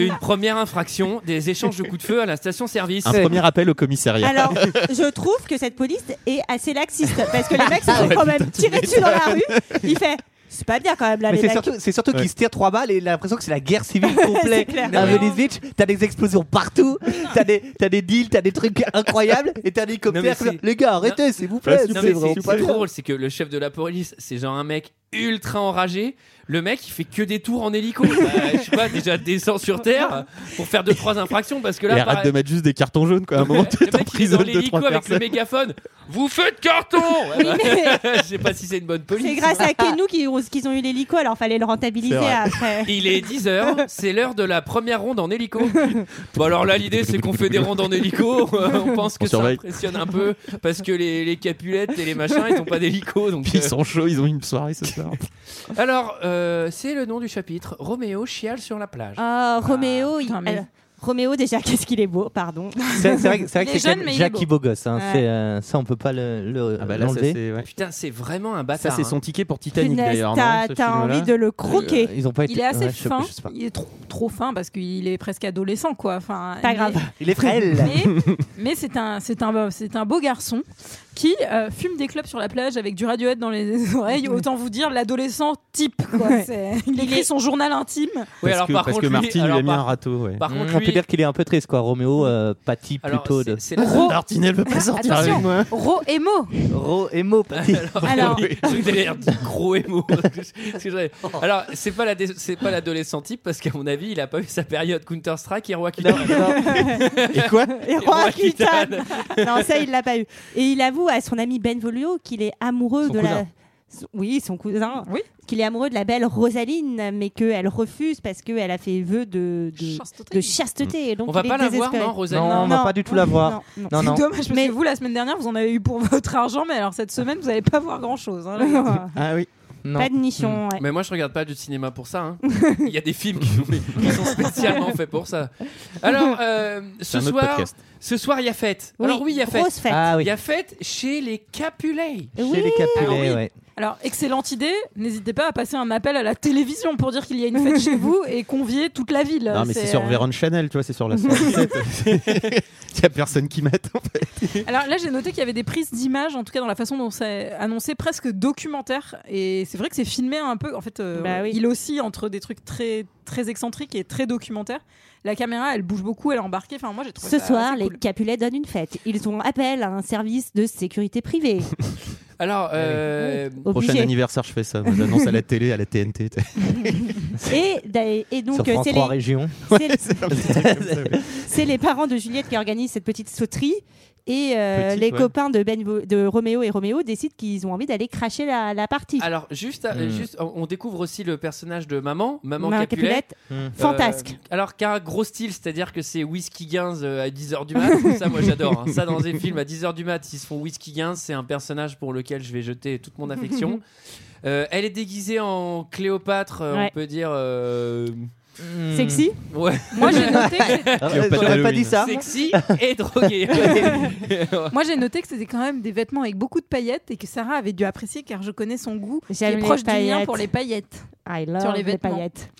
Une première infraction, des échanges de coups de feu à la station-service. Un premier appel au commissariat. Alors, je trouve que cette police est assez laxiste parce que les mecs se Ah sont quand même tirés dessus dans la rue. Il fait C'est pas bien quand même là, Mais les c'est mecs. surtout, c'est surtout Ouais. qu'ils se tirent trois balles et l'impression que c'est la guerre civile complète clair. à Ouais. Venice Beach. T'as des explosions partout, t'as des, t'as des deals, t'as des trucs incroyables et t'as des Non, mais hélicoptères. c'est- Les gars, arrêtez, s'il vous plaît. Non, Non, Bah, C'est mais vraiment c'est pas c'est trop bien. drôle, c'est que le chef de la police, c'est genre un mec ultra enragé. Le mec, il fait que des tours en hélico. Bah, je sais pas, déjà descend sur terre pour faire deux trois infractions parce que Et là, arrête pareil- de mettre juste des cartons jaunes, quoi. À un moment, tu le mec, il est dans t'emprisonnes de l'hélico trois avec le personnes. mégaphone. Vous faites carton Ouais, bah, Je sais pas si c'est une bonne police. C'est grâce à Kenou qu'ils ont, qu'ils ont eu l'hélico, alors fallait le rentabiliser C'est vrai. après. Il est 10h, c'est l'heure de la première ronde en hélico. Bon alors là l'idée c'est qu'on fait des rondes en hélico, euh, on pense que On ça surveille. impressionne un peu parce que les, les capulettes et les machins ils ont pas d'hélico donc Puis ils euh, sont chauds, ils ont une soirée ce soir. ça. Alors, euh, c'est le nom du chapitre. Roméo chiale sur la plage. Ah, Roméo, il- putain, mais- euh, Roméo, déjà, qu'est-ce qu'il est beau, pardon. C'est c'est vrai, que- c'est vrai Il que est c'est quand jeune, même mais il est Jackie beau. Bogos. hein. Ouais. C'est, euh, ça, on peut pas le, le- Ah bah là, ça, l'enlever. c'est, ouais. Putain, c'est vraiment un ça bâtard. c'est son hein. ticket pour Titanic Punaise, d'ailleurs. t'as- non, ce T'as film-là envie de le croquer. Euh, Ils ont pas été. Il est assez ouais, je sais pas, fin. je sais pas. Il est trop, trop fin parce qu'il est presque adolescent, quoi. Enfin, Pas il grave. est- Il est frêle. Mais, mais c'est un, c'est un, c'est un beau garçon qui euh, fume des clubs sur la plage avec du radiohead dans les oreilles. Autant vous dire l'adolescent type. Quoi. Ouais. C'est- Il écrit son journal intime. Oui, Parce alors que, par parce contre, que lui- Martin alors, lui a mis par- un râteau. Ouais. Par contre, On peut lui, Ah, dire qu'il est un peu triste, quoi. Roméo euh, pâtit alors, plutôt c'est- de. c'est la- Martin ne veut pas sortir attention. avec moi. Ro et Mo. Ro et Ah, Mo pâtit. Alors- Oui, oui, j'ai l'air de gros émo. Parce que j'avais- Alors, c'est pas la dé- c'est pas l'adolescent type parce qu'à mon avis, il a pas eu sa période Counter Strike et Roi Kidal. Et quoi Et Roi Kutane. Non, ça, il l'a pas eu. Et il avoue à son ami Benvolio qu'il est amoureux Son de la. cousin. son- Oui, son cousin. Oui. Qu'il est amoureux de la belle Rosaline, mais qu'elle refuse parce qu'elle a fait vœu de, de, de chasteté. Et donc On va il est pas la voir, désespéré. Mm. non, Rosaline Non. On va pas du tout la voir. non, non. Non, C'est non. dommage parce Mais- que vous, la semaine dernière, vous en avez eu pour votre argent, mais alors cette semaine, vous n'allez pas voir grand-chose. hein, là. Ah oui. Non. Pas de nichon. ouais. Mais moi, je regarde pas du cinéma pour ça. hein. Il y a des films qui, qui sont spécialement faits pour ça. Alors, euh, C'est ce, un autre soir, podcast. ce soir, il y a fête. Alors oui, il y a fête. Grosse fête. Ah Il oui. y a fête chez les Capulet. Chez Oui. les Capulet, Ah oui. ouais. Alors, excellente idée. N'hésitez pas à passer un appel à la télévision pour dire qu'il y a une fête chez vous et convier toute la ville. Non, mais c'est sur euh, Véron Chanel, tu vois, c'est sur la soirée. Il y a personne qui m'attend. en fait. Alors là, j'ai noté qu'il y avait des prises d'images, en tout cas dans la façon dont c'est annoncé, presque documentaire. Et c'est vrai que c'est filmé un peu. En fait, euh, Bah oui. il oscille entre des trucs très très excentriques et très documentaires. La caméra, elle bouge beaucoup, elle est embarquée. Enfin, moi, j'ai trouvé Ce ça soir, assez les cool. Capulet donnent une fête. Ils ont appel à un service de sécurité privée. Alors, euh, Prochain Obligé. anniversaire, je fais ça. Moi, J'annonce à la télé, à la TNT. Et, d'a- et donc, Sur euh, France c'est 3 les, Régions. c'est- C'est un petit truc comme ça, ouais. C'est les parents de Juliette qui organisent cette petite sauterie. Et euh, Petite, les ouais. copains de, Benvo- de Roméo et Roméo décident qu'ils ont envie d'aller cracher la, la partie. alors juste, à- Hmm. juste, on on découvre aussi le personnage de maman, maman, Maman Capulet. Capulette, fantasque. Euh, alors qu'un gros style, c'est-à-dire que c'est whisky Gains euh, à 10h du mat, ça moi j'adore. hein. Ça dans des films à 10h du mat, ils se font whisky Gains, c'est un personnage pour lequel je vais jeter toute mon affection. Euh, elle est déguisée en Cléopâtre, euh, Ouais. on peut dire euh, hmm. Sexy ouais, Moi, j'ai noté. que c'est- Ah, Cléopâtre J'aurais pas Halloween. dit ça. sexy et droguée. Moi, j'ai noté que c'était quand même des vêtements avec beaucoup de paillettes et que Sarah avait dû apprécier car je connais son goût qui J'aime est les proche du mien paillettes. pour les paillettes. I love Sur les les, vêtements. paillettes.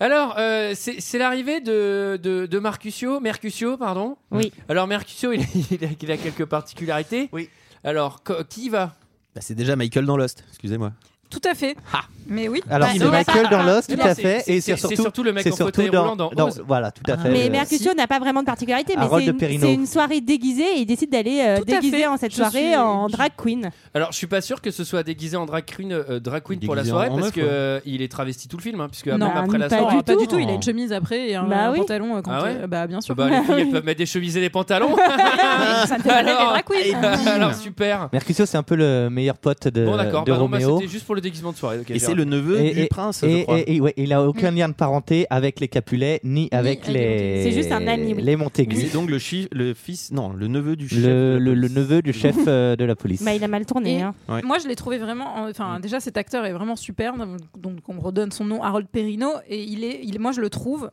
Alors, euh, c'est c'est l'arrivée de, de, de Marcusio, Mercutio, pardon. Oui. Alors, Mercutio, il a, il a- il a quelques particularités. Oui. Alors, co- qui y va Bah, c'est déjà Michael dans Lost, excusez-moi. Tout à fait. Ah. Mais oui. Alors, Bah, c'est non, Michael ça- dans Lost, Non, tout à c'est- fait. Et c'est- c'est surtout. c'est surtout le mec c'est en surtout fauteuil dans, roulant dans Oz. Voilà, tout à fait. Ah. Mais euh, Mercutio n'a pas vraiment de particularité, mais Harold c'est de une, Perrineau. c'est une soirée déguisée et il décide d'aller euh, Tout à déguiser fait. en cette Je soirée suis- en je- Eh, drag queen. Alors, je suis pas sûr que ce soit déguisé en drag queen, euh, drag queen pour la Déguisé en- soirée, en parce meuf, que ouais. euh, il est travesti tout le film, hein, puisque Non, même après la pas soirée. Bah, du pas tout. du tout. Il a une chemise après et un Bah un oui. pantalon euh, quand Ah ouais euh, bah bien sûr. Bah, les filles, elles peuvent mettre des chemises et des pantalons. ça ne fait pas Alors- des drag queens. Alors, Euh, super. Mercutio, c'est un peu le meilleur pote de, Bon, d'accord. de Bah, non, bah, Roméo. C'était juste pour le déguisement de soirée. ok, Et j'ai c'est le neveu Et- du et- prince, je et, crois. et- et ouais, il a aucun lien de parenté avec les Capulet ni avec avec les les. Montaigu. C'est juste un ami, oui. Les Et Montaigu. c'est donc le, chi- le fils, non, le neveu du chef. Le, le- le neveu du chef euh, de la police. Bah, il a mal tourné. Et- hein. Ouais. Moi, je l'ai trouvé vraiment. Enfin, déjà, cet acteur est vraiment super. Donc, on redonne son nom, Harold Perrineau. Et il est, il, moi, je le trouve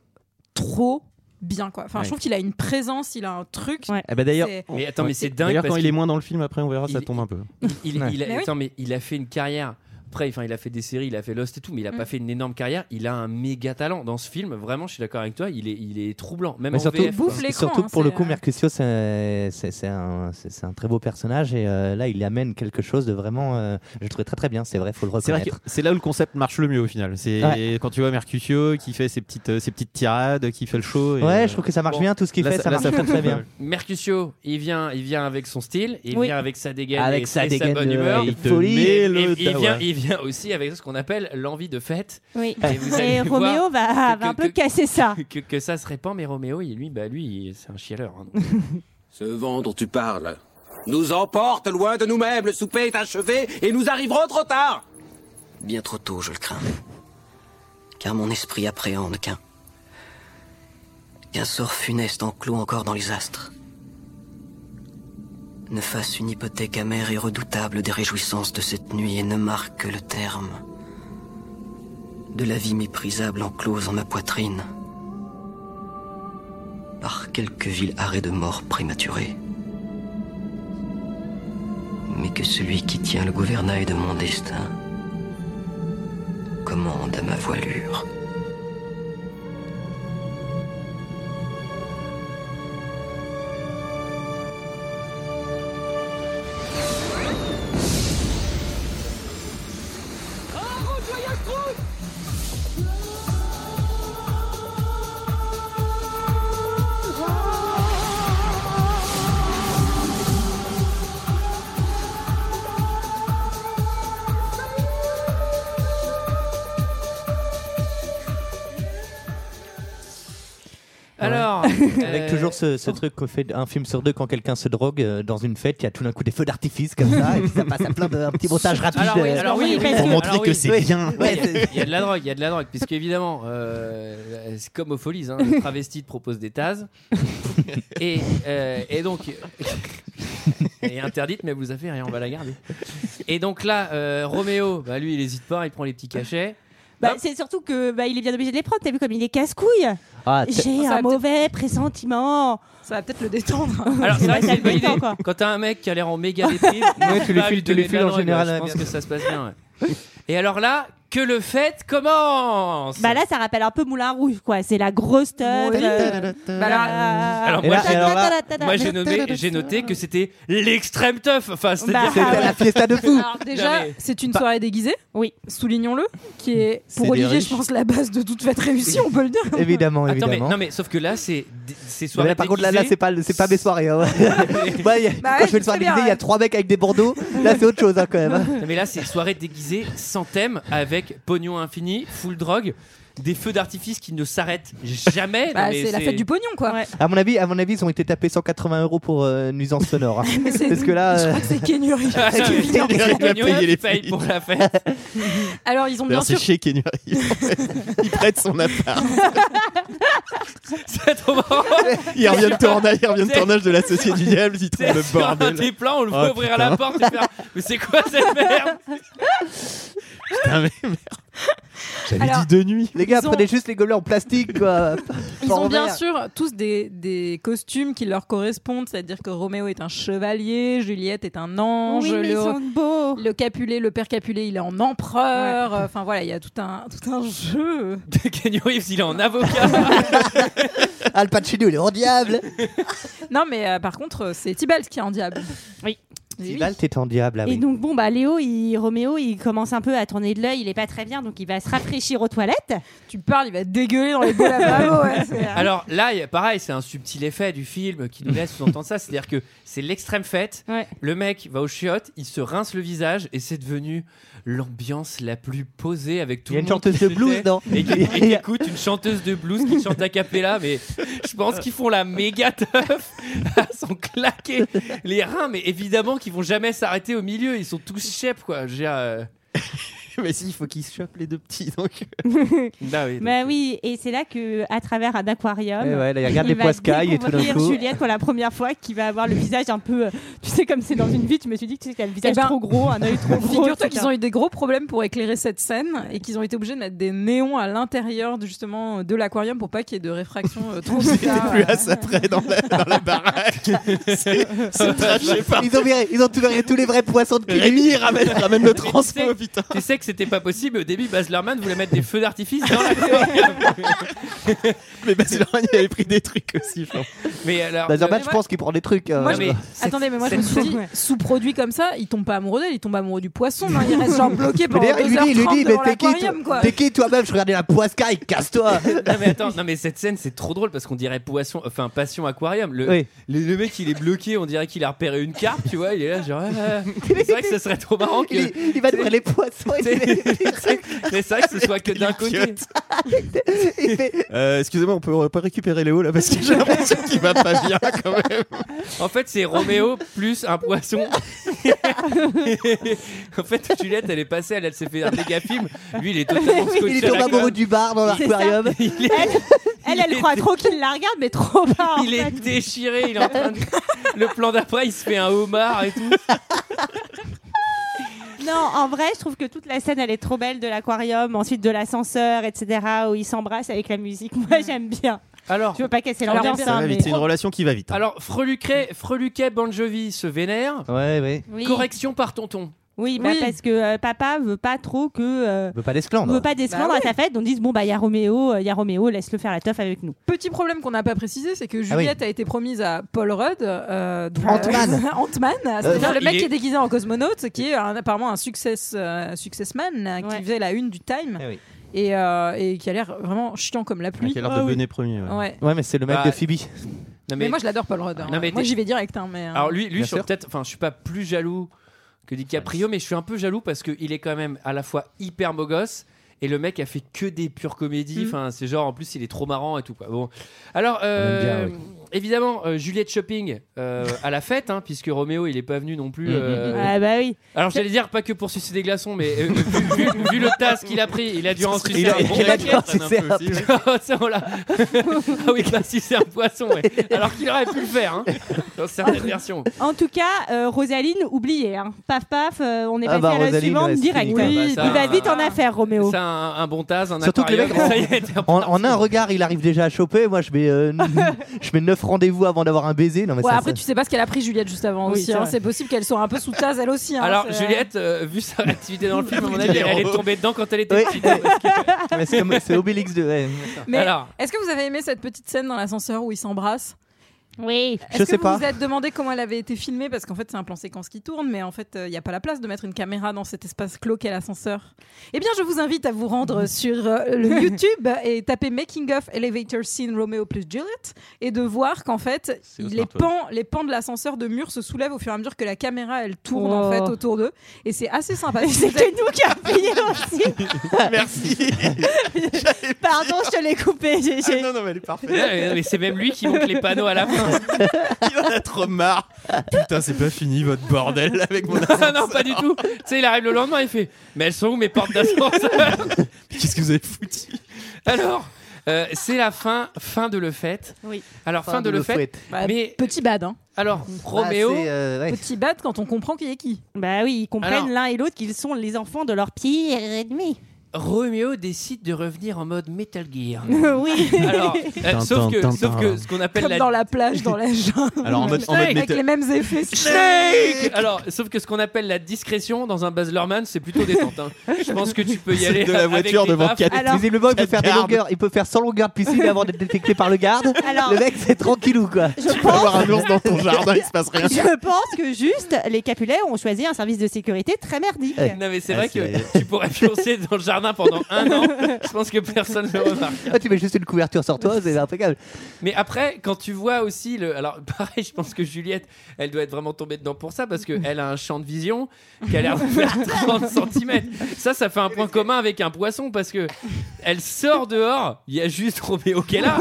trop bien, quoi. Enfin, Ouais. je trouve qu'il a une présence, il a un truc. Ouais. Ah Eh ben, bah d'ailleurs, C'est- Mais attends, mais c'est dingue D'ailleurs, parce quand il qu'il- est moins dans le film, après, on verra, ça il- tombe un peu. Il, il a, Mais oui. attends, mais il a fait une carrière. Après, enfin, il a fait des séries, il a fait Lost et tout, mais il a Mm. pas fait une énorme carrière. Il a un méga talent dans ce film. Vraiment, je suis d'accord avec toi. Il est, il est troublant. Même Mais en surtout, VF, quoi. bouffe l'écran. Surtout hein, que pour le c'est, coup, euh, Mercutio, c'est c'est- c'est un, c'est- c'est un très beau personnage et euh, là, il amène quelque chose de vraiment. euh, je le trouvais très très bien, c'est vrai, faut le C'est vrai que reconnaître. c'est là où le concept marche le mieux au final. C'est Ouais. quand tu vois Mercutio qui fait ses petites, euh, ses petites tirades, qui fait le show. Et, Ouais, euh, je trouve que ça marche bon, bien, tout ce qu'il là, fait, ça là, marche très fonctionne très pas bien. mal. Mercutio, il vient, il vient avec son style, il Oui. vient avec sa dégaine, Avec et, sa et dégaine bonne de- humeur. Et Et il te Folie. met le il, vient, dawa. il vient aussi avec ce qu'on appelle l'envie de fête, Oui. Et vous Et allez Roméo va, que- va un que- peu que- casser ça. que, que ça se répand. Mais Roméo, il- lui, bah lui, il- c'est un chialeur. hein, donc. Ce vent dont tu parles nous emporte loin de nous-mêmes. Le souper est achevé et nous arriverons trop tard. Bien trop tôt, je le crains. Car mon esprit appréhende qu'un. qu'un sort funeste enclos encore dans les astres. ne fasse une hypothèque amère et redoutable des réjouissances de cette nuit et ne marque le terme de la vie méprisable enclose en ma poitrine par quelque vil arrêt de mort prématuré. Mais que celui qui tient le gouvernail de mon destin commande à ma voilure. Alors, Avec euh, toujours ce, ce truc qu'on fait un film sur deux quand quelqu'un se drogue euh, dans une fête, il y a tout d'un coup des feux d'artifice comme ça, et puis ça passe à plein d'un petit montage rapide Alors oui, euh, alors oui, oui, pour oui, montrer alors que oui. c'est Oui. bien. Ouais, Il y a- il y a de la drogue, il y a de la drogue, puisque évidemment, euh, c'est comme aux folies, hein, le travesti te propose des tases. et, euh, et donc. Elle est interdite, mais elle vous a fait rien, on va la garder. Et donc là, euh, Roméo, bah lui, il hésite pas, il prend les petits cachets. Bah, Hop. c'est surtout que bah, il est bien obligé de les prendre. T'as vu comme il est casse-couille Ah, t- J'ai Ça va un peut-être- mauvais pressentiment. Ça va peut-être le détendre. Alors, c'est vrai que c'est une bonne idée. Attends, quoi. Quand t'as un mec qui a l'air en méga déprime, Ouais, tu lui bah, files- lui tu donner lui de files la en drogue, général, Je ouais, pense bien que ça se passe bien. ouais. Et alors là, que le fête commence Bah là, ça rappelle un peu Moulin Rouge, quoi. C'est la grosse teuf. Oui. euh, Bah alors, voilà. Euh, Alors Et moi, là- j'ai- et alors là, Tadadadada. moi j'ai nommé, j'ai noté que c'était l'extrême teuf. Enfin, c'est Bah, C'était la fiesta de fou. alors déjà, Non, mais- c'est une soirée déguisée. Oui. Soulignons-le, qui est pour des Olivier, riches. je pense, la base de toute fête réussie. On peut le dire. Évidemment, Attends, mais, évidemment. non mais sauf que là, c'est d- c'est Mais soirée. là, par contre, là, là, c'est déguisée. pas, c'est pas mes soirées. hein. Moi, y a- Bah ouais, quand je fais je le soir sais bien, déguisé, il y a ouais. trois mecs avec des bandeaux. Là, c'est autre chose hein, quand même. hein. Non, mais là, c'est soirée déguisée sans thème avec pognon infini, full drogue, des feux d'artifice qui ne s'arrêtent jamais. Non, Bah, mais c'est la fête du pognon, quoi. À mon avis, à mon avis, ils ont été tapés 180 euros pour euh, nuisance sonore. hein. Mais c'est- Parce que là, je euh, crois que c'est Kenyuri. Ah, C'est Il va pognon, payer les il paye prix. pour la fête. Alors, ils ont bien D'ailleurs, c'est sûr chez Kenny Reeves. Il prête son appart. C'est trop marrant. Il revient de tournage, il revient de tournage de la Société du Diable. Il trouve C'est le sur un bordel. des plans, on le voit Oh, ouvrir putain. la porte et faire Mais c'est quoi cette merde Putain, mais merde. J'avais Alors- dit deux nuits. les gars, Ils ont- prenez juste les gobelets en plastique. Quoi. Ils Pas en ont bien verre. sûr tous des, des costumes qui leur correspondent, c'est-à-dire que Roméo est un chevalier, Juliette est un ange, Oui, mais le, ils sont beaux. le Capulet, le père Capulet, il est en empereur. Enfin voilà, il y a tout un, tout un jeu. Kenny Reeves, il est en avocat. Al Pacino, il est en diable. Non, mais euh, par contre, c'est Tibalt qui est en diable. Oui. Oui. Tibal, t'es en diable. ah Et oui. donc bon bah Léo, il, Roméo, il commence un peu à tourner de l'œil, il est pas très bien, donc il va se rafraîchir aux toilettes. Tu parles, il va dégueuler dans les boules à Bravo, ouais, c'est- Alors là, y a- pareil, c'est un subtil effet du film qui nous laisse sous-entendre ça. C'est-à-dire que c'est l'extrême fête. Ouais. Le mec va au chiottes, il se rince le visage et c'est devenu l'ambiance la plus posée avec tout Il y a le une monde chanteuse qui de se blues, tait non Et qui, et qui écoute une chanteuse de blues qui chante a cappella. Mais je pense qu'ils font la méga teuf. Ils sont claqués les reins, mais évidemment qu'ils vont jamais s'arrêter au milieu. Ils sont tous chefs, quoi. Je veux dire, euh, Mais si, il faut qu'ils se chopent les deux petits. Donc. bah oui, donc- Bah oui, et c'est là que à travers un aquarium, euh, Eh ouais, là, il regarde les Ah, va poiscailles et tout d'un découvrir coup. Juliette pour la première fois qui va avoir le visage un peu euh, tu sais comme c'est dans une vie, je me suis dit que tu sais qu'elle a le visage Eh ben, trop gros, un œil trop gros. Figure-toi etc. qu'ils ont eu des gros problèmes pour éclairer cette scène et qu'ils ont été obligés de mettre des néons à l'intérieur de- justement de l'aquarium pour pas qu'il y ait de réfraction euh, trop bizarre. plus à ça près dans la, dans la baraque. C'est c'est traché par. Ils ont viré, ils ont tout viré tous les vrais poissons de Curie. Rémi, ramène, ramène le transpo, putain. Tu sais que c'était pas possible. Au début, Baz Luhrmann voulait mettre des feux d'artifice dans la Mais Baz Luhrmann, il avait pris des trucs aussi, je pense. Mais alors, Bah, Zorban, mais je moi- pense qu'il prend des trucs. euh, Moi, Non, mais cette- Attendez, mais moi je cette me suis scène- dit, sous-produit comme ça, il tombe pas amoureux d'elle, il tombe amoureux du poisson, non, il reste genre bloqué Mais pendant d'ailleurs, il lui 2h30 dit, il lui dit, mais devant t'es qui, l'aquarium, toi- quoi. t'es qui toi-même Je regardais la poiscaille, casse-toi. non mais attends, non mais cette scène c'est trop drôle parce qu'on dirait poisson, enfin passion aquarium. Le, Oui. le, le mec il est bloqué, on dirait qu'il a repéré une carte, tu vois, il est là genre. ah, ah. C'est vrai que ce serait trop marrant que. Il, il va devant les poissons. Il, C'est- fait- Mais c'est vrai que ce soit que d'un côté. il fait- Euh, Excusez-moi, on peut pas récupérer Léo là parce que j'ai l'impression qu'il va pas bien quand même. En fait, c'est Roméo plus un poisson. en fait, Juliette, elle est passée, elle, elle s'est fait un méga film. Lui, il est totalement scotché. il à est tombé la amoureux du bar dans C'est l'aquarium. com. Il est- Elle, elle Il croit est- trop qu'il la regarde, mais trop pas. en Il est fait. déchiré, il est en train de. le plan d'après, il se fait un homard et tout. Non, en vrai, je trouve que toute la scène, elle est trop belle de l'aquarium, ensuite de l'ascenseur, etc., où ils s'embrassent avec la musique. Moi, j'aime bien. Alors, je veux pas casser alors, l'ambiance. bien, hein, bien, mais- Ah, vite, c'est une relation qui va vite. hein. Alors, Freluquet, Freluquet Bon Jovi se vénère. Ouais, ouais. Oui. Correction par tonton. Oui, bah, Oui. parce que euh, papa veut pas trop que. euh, veut pas d'esclandre. veut pas d'esclandre Bah à sa fête. Donc, ils disent bon, bah, il y a Roméo, euh, il y a Roméo, laisse-le faire la teuf avec nous. Petit problème qu'on n'a pas précisé, c'est que Ah oui. Juliette a été promise à Paul Rudd, euh, donc- Ant-Man. Ant-Man, c'est-à-dire Euh, le il mec est- qui est déguisé en cosmonaute, qui est un- apparemment un success, euh, successman, euh, qui faisait la une du Time, Eh et, euh, et qui a l'air vraiment chiant comme la Ah, pluie. Ah Qui a l'air de Benet Premier. Ouais. mais c'est le mec Bah, de Phoebe. Non, Mais moi, je l'adore Paul Rudd. hein. Non, mais moi, t'es- j'y vais direct. hein, mais, euh, Alors lui, lui, Bien je suis sûr. peut-être, enfin, je suis pas plus jaloux que DiCaprio, mais je suis un peu jaloux parce qu'il est quand même à la fois hyper beau gosse et le mec a fait que des pures comédies. Mhm. Enfin, c'est genre en plus il est trop marrant et tout quoi. Bon, alors euh, On aime bien, évidemment euh, Juliette Shopping euh, à la fête, hein, puisque Roméo il est pas venu non Mm, plus. euh, Ah, bah oui. Alors j'allais dire pas que pour sucer des glaçons, mais euh, vu, vu- vu le tas qu'il a pris, il a dû en sucer Il a- un bon il a dû en paquet, sucer un peu un aussi. Ça, on l'a- ah oui, bah si c'est un poisson, ouais. alors qu'il aurait pu le faire hein, dans certaines versions. En tout cas, euh, Rosaline, oubliez. hein. Paf, paf, euh, on est Ah passé bah, à la Rosaline, suivante ouais, c'est direct. fini, quoi. Oui, il Bah, ça, va un- vite en affaire, Roméo. Ça, un, un bon tas, un Surtout que le aquarium. mec, ça y est, en, en un regard, il arrive déjà à choper. Moi, je mets, euh, je mets 9 rendez-vous avant d'avoir un baiser. Non, mais Ouais, ça, après, ça- tu sais pas ce qu'elle a pris Juliette juste avant Oui, aussi. c'est hein. vrai. C'est possible qu'elle soit un peu sous tasse elle aussi. hein, Alors c'est- Juliette, euh, vu sa activité dans le film, à mon avis, elle est tombée dedans quand elle était petite. hein, Mais c'est comme- c'est Obélix de. ouais. Mais Alors. est-ce que vous avez aimé cette petite scène dans l'ascenseur où ils s'embrassent Oui. Est-ce Je que sais vous pas. vous êtes demandé comment elle avait été filmée Parce qu'en fait, c'est un plan séquence qui tourne, mais en fait, euh, il n'y a pas la place de mettre une caméra dans cet espace clos qu'est l'ascenseur. Eh bien, je vous invite à vous rendre sur euh, le YouTube et taper Making of Elevator Scene Romeo plus Juliet et de voir qu'en fait, au les smartphone. pans, les pans de l'ascenseur de mur se soulèvent au fur et à mesure que la caméra elle tourne en Oh. fait autour d'eux. Et c'est assez sympa. C'est que nous qui avons payé aussi. Merci. Pardon, je te l'ai coupé. j'ai- Ah j'ai- non, non, mais elle est parfaite. Ouais, mais c'est même lui qui monte les panneaux à la fin. Il en a trop marre. Putain, c'est pas fini votre bordel avec mon Ah non, pas du tout. Tu sais, il arrive le lendemain, il fait Mais elles sont où mes portes d'ascenseur Qu'est-ce que vous avez foutu Alors, euh, c'est la fin, fin de le fait. Oui. Alors, fin, de, le fait. Bah, mais Petit bad. Hein. alors, Ah, Roméo, euh, Petit bad quand on comprend qui est qui. Bah oui, ils Alors. comprennent l'un et l'autre qu'ils sont les enfants de leur pire ennemi. Roméo décide de revenir en mode Metal Gear. Oui. Alors, euh, Tintin, sauf que, Tintin, sauf que là. ce qu'on appelle Comme la dans la plage, dans la jungle. Alors, en mode- en mode avec météo- les mêmes effets. Snake Alors, sauf que ce qu'on appelle la discrétion dans un Baz Luhrmann, c'est plutôt détente. hein. Je pense que tu peux y C'est aller de la avec voiture les devant baffes. quatre- Alors- Visiblement, il peut faire des gardes. longueurs. Il peut faire 100 longueurs de piscine avant d'être détecté par le garde. Alors- le mec, c'est tranquillou, quoi. Je Tu peux pense- avoir un ours dans ton jardin, il se passe Je pense que juste, les Capulets ont choisi un service de sécurité très merdique. Non mais c'est Ah, vrai que tu pourrais pioncer dans le jardin pendant un an. Je pense que personne ne le remarque. Ah, tu mets juste une couverture sur toi, c'est impeccable. Mais après, quand tu vois aussi le, alors pareil, je pense que Juliette, elle doit être vraiment tombée dedans pour ça parce que elle a un champ de vision qui a l'air de faire 30 cm. Ça, ça fait un point commun avec un poisson parce que elle sort dehors, il y a juste Roméo qui est là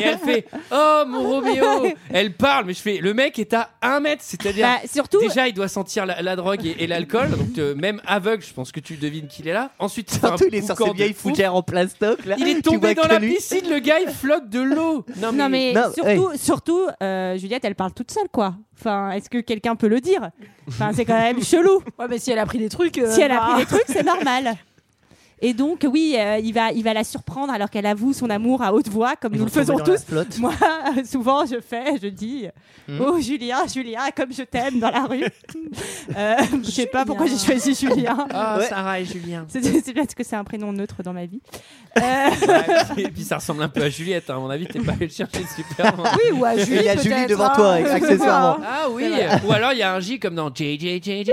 et elle fait "Oh mon Roméo." Elle parle, mais je fais le mec est à 1 mètre, c'est-à-dire Bah, surtout- déjà il doit sentir la, la drogue et, et l'alcool, donc euh, même aveugle, je pense que tu devines qu'il est là. Ensuite, c'est un Surtout, il est sur boucan ses de vieilles fou. fougères en plastoc. Là. Il est Tu tombé vois dans que la lui. piscine, le gars il flotte de l'eau. Non euh, Non mais, mais, surtout, surtout euh, Juliette, elle parle toute seule quoi. Enfin, est-ce que quelqu'un peut le dire Enfin, c'est quand même chelou. Ouais, mais si elle a pris des trucs. euh, Si elle a bah. pris des trucs, c'est normal. Et donc oui, euh, il va, il va la surprendre alors qu'elle avoue son amour à haute voix, comme nous le faisons tomber dans la tous. flotte. Moi, souvent, je fais, je dis, Hmm. oh Julien, Julien, comme je t'aime dans la rue. Euh, je sais pas pourquoi j'ai choisi Julien. Ah, Sarah et Julien. C'est c'est parce que c'est un prénom neutre dans ma vie. Euh, et puis ça ressemble un peu à Juliette, hein, à mon avis, t'es pas allé le chercher super loin. Oui, ou à Julie. Il y a Julie peut-être, devant hein. toi, accessoirement. Ah oui, Ah. C'est vrai. ou alors il y a un J comme dans JJJJ.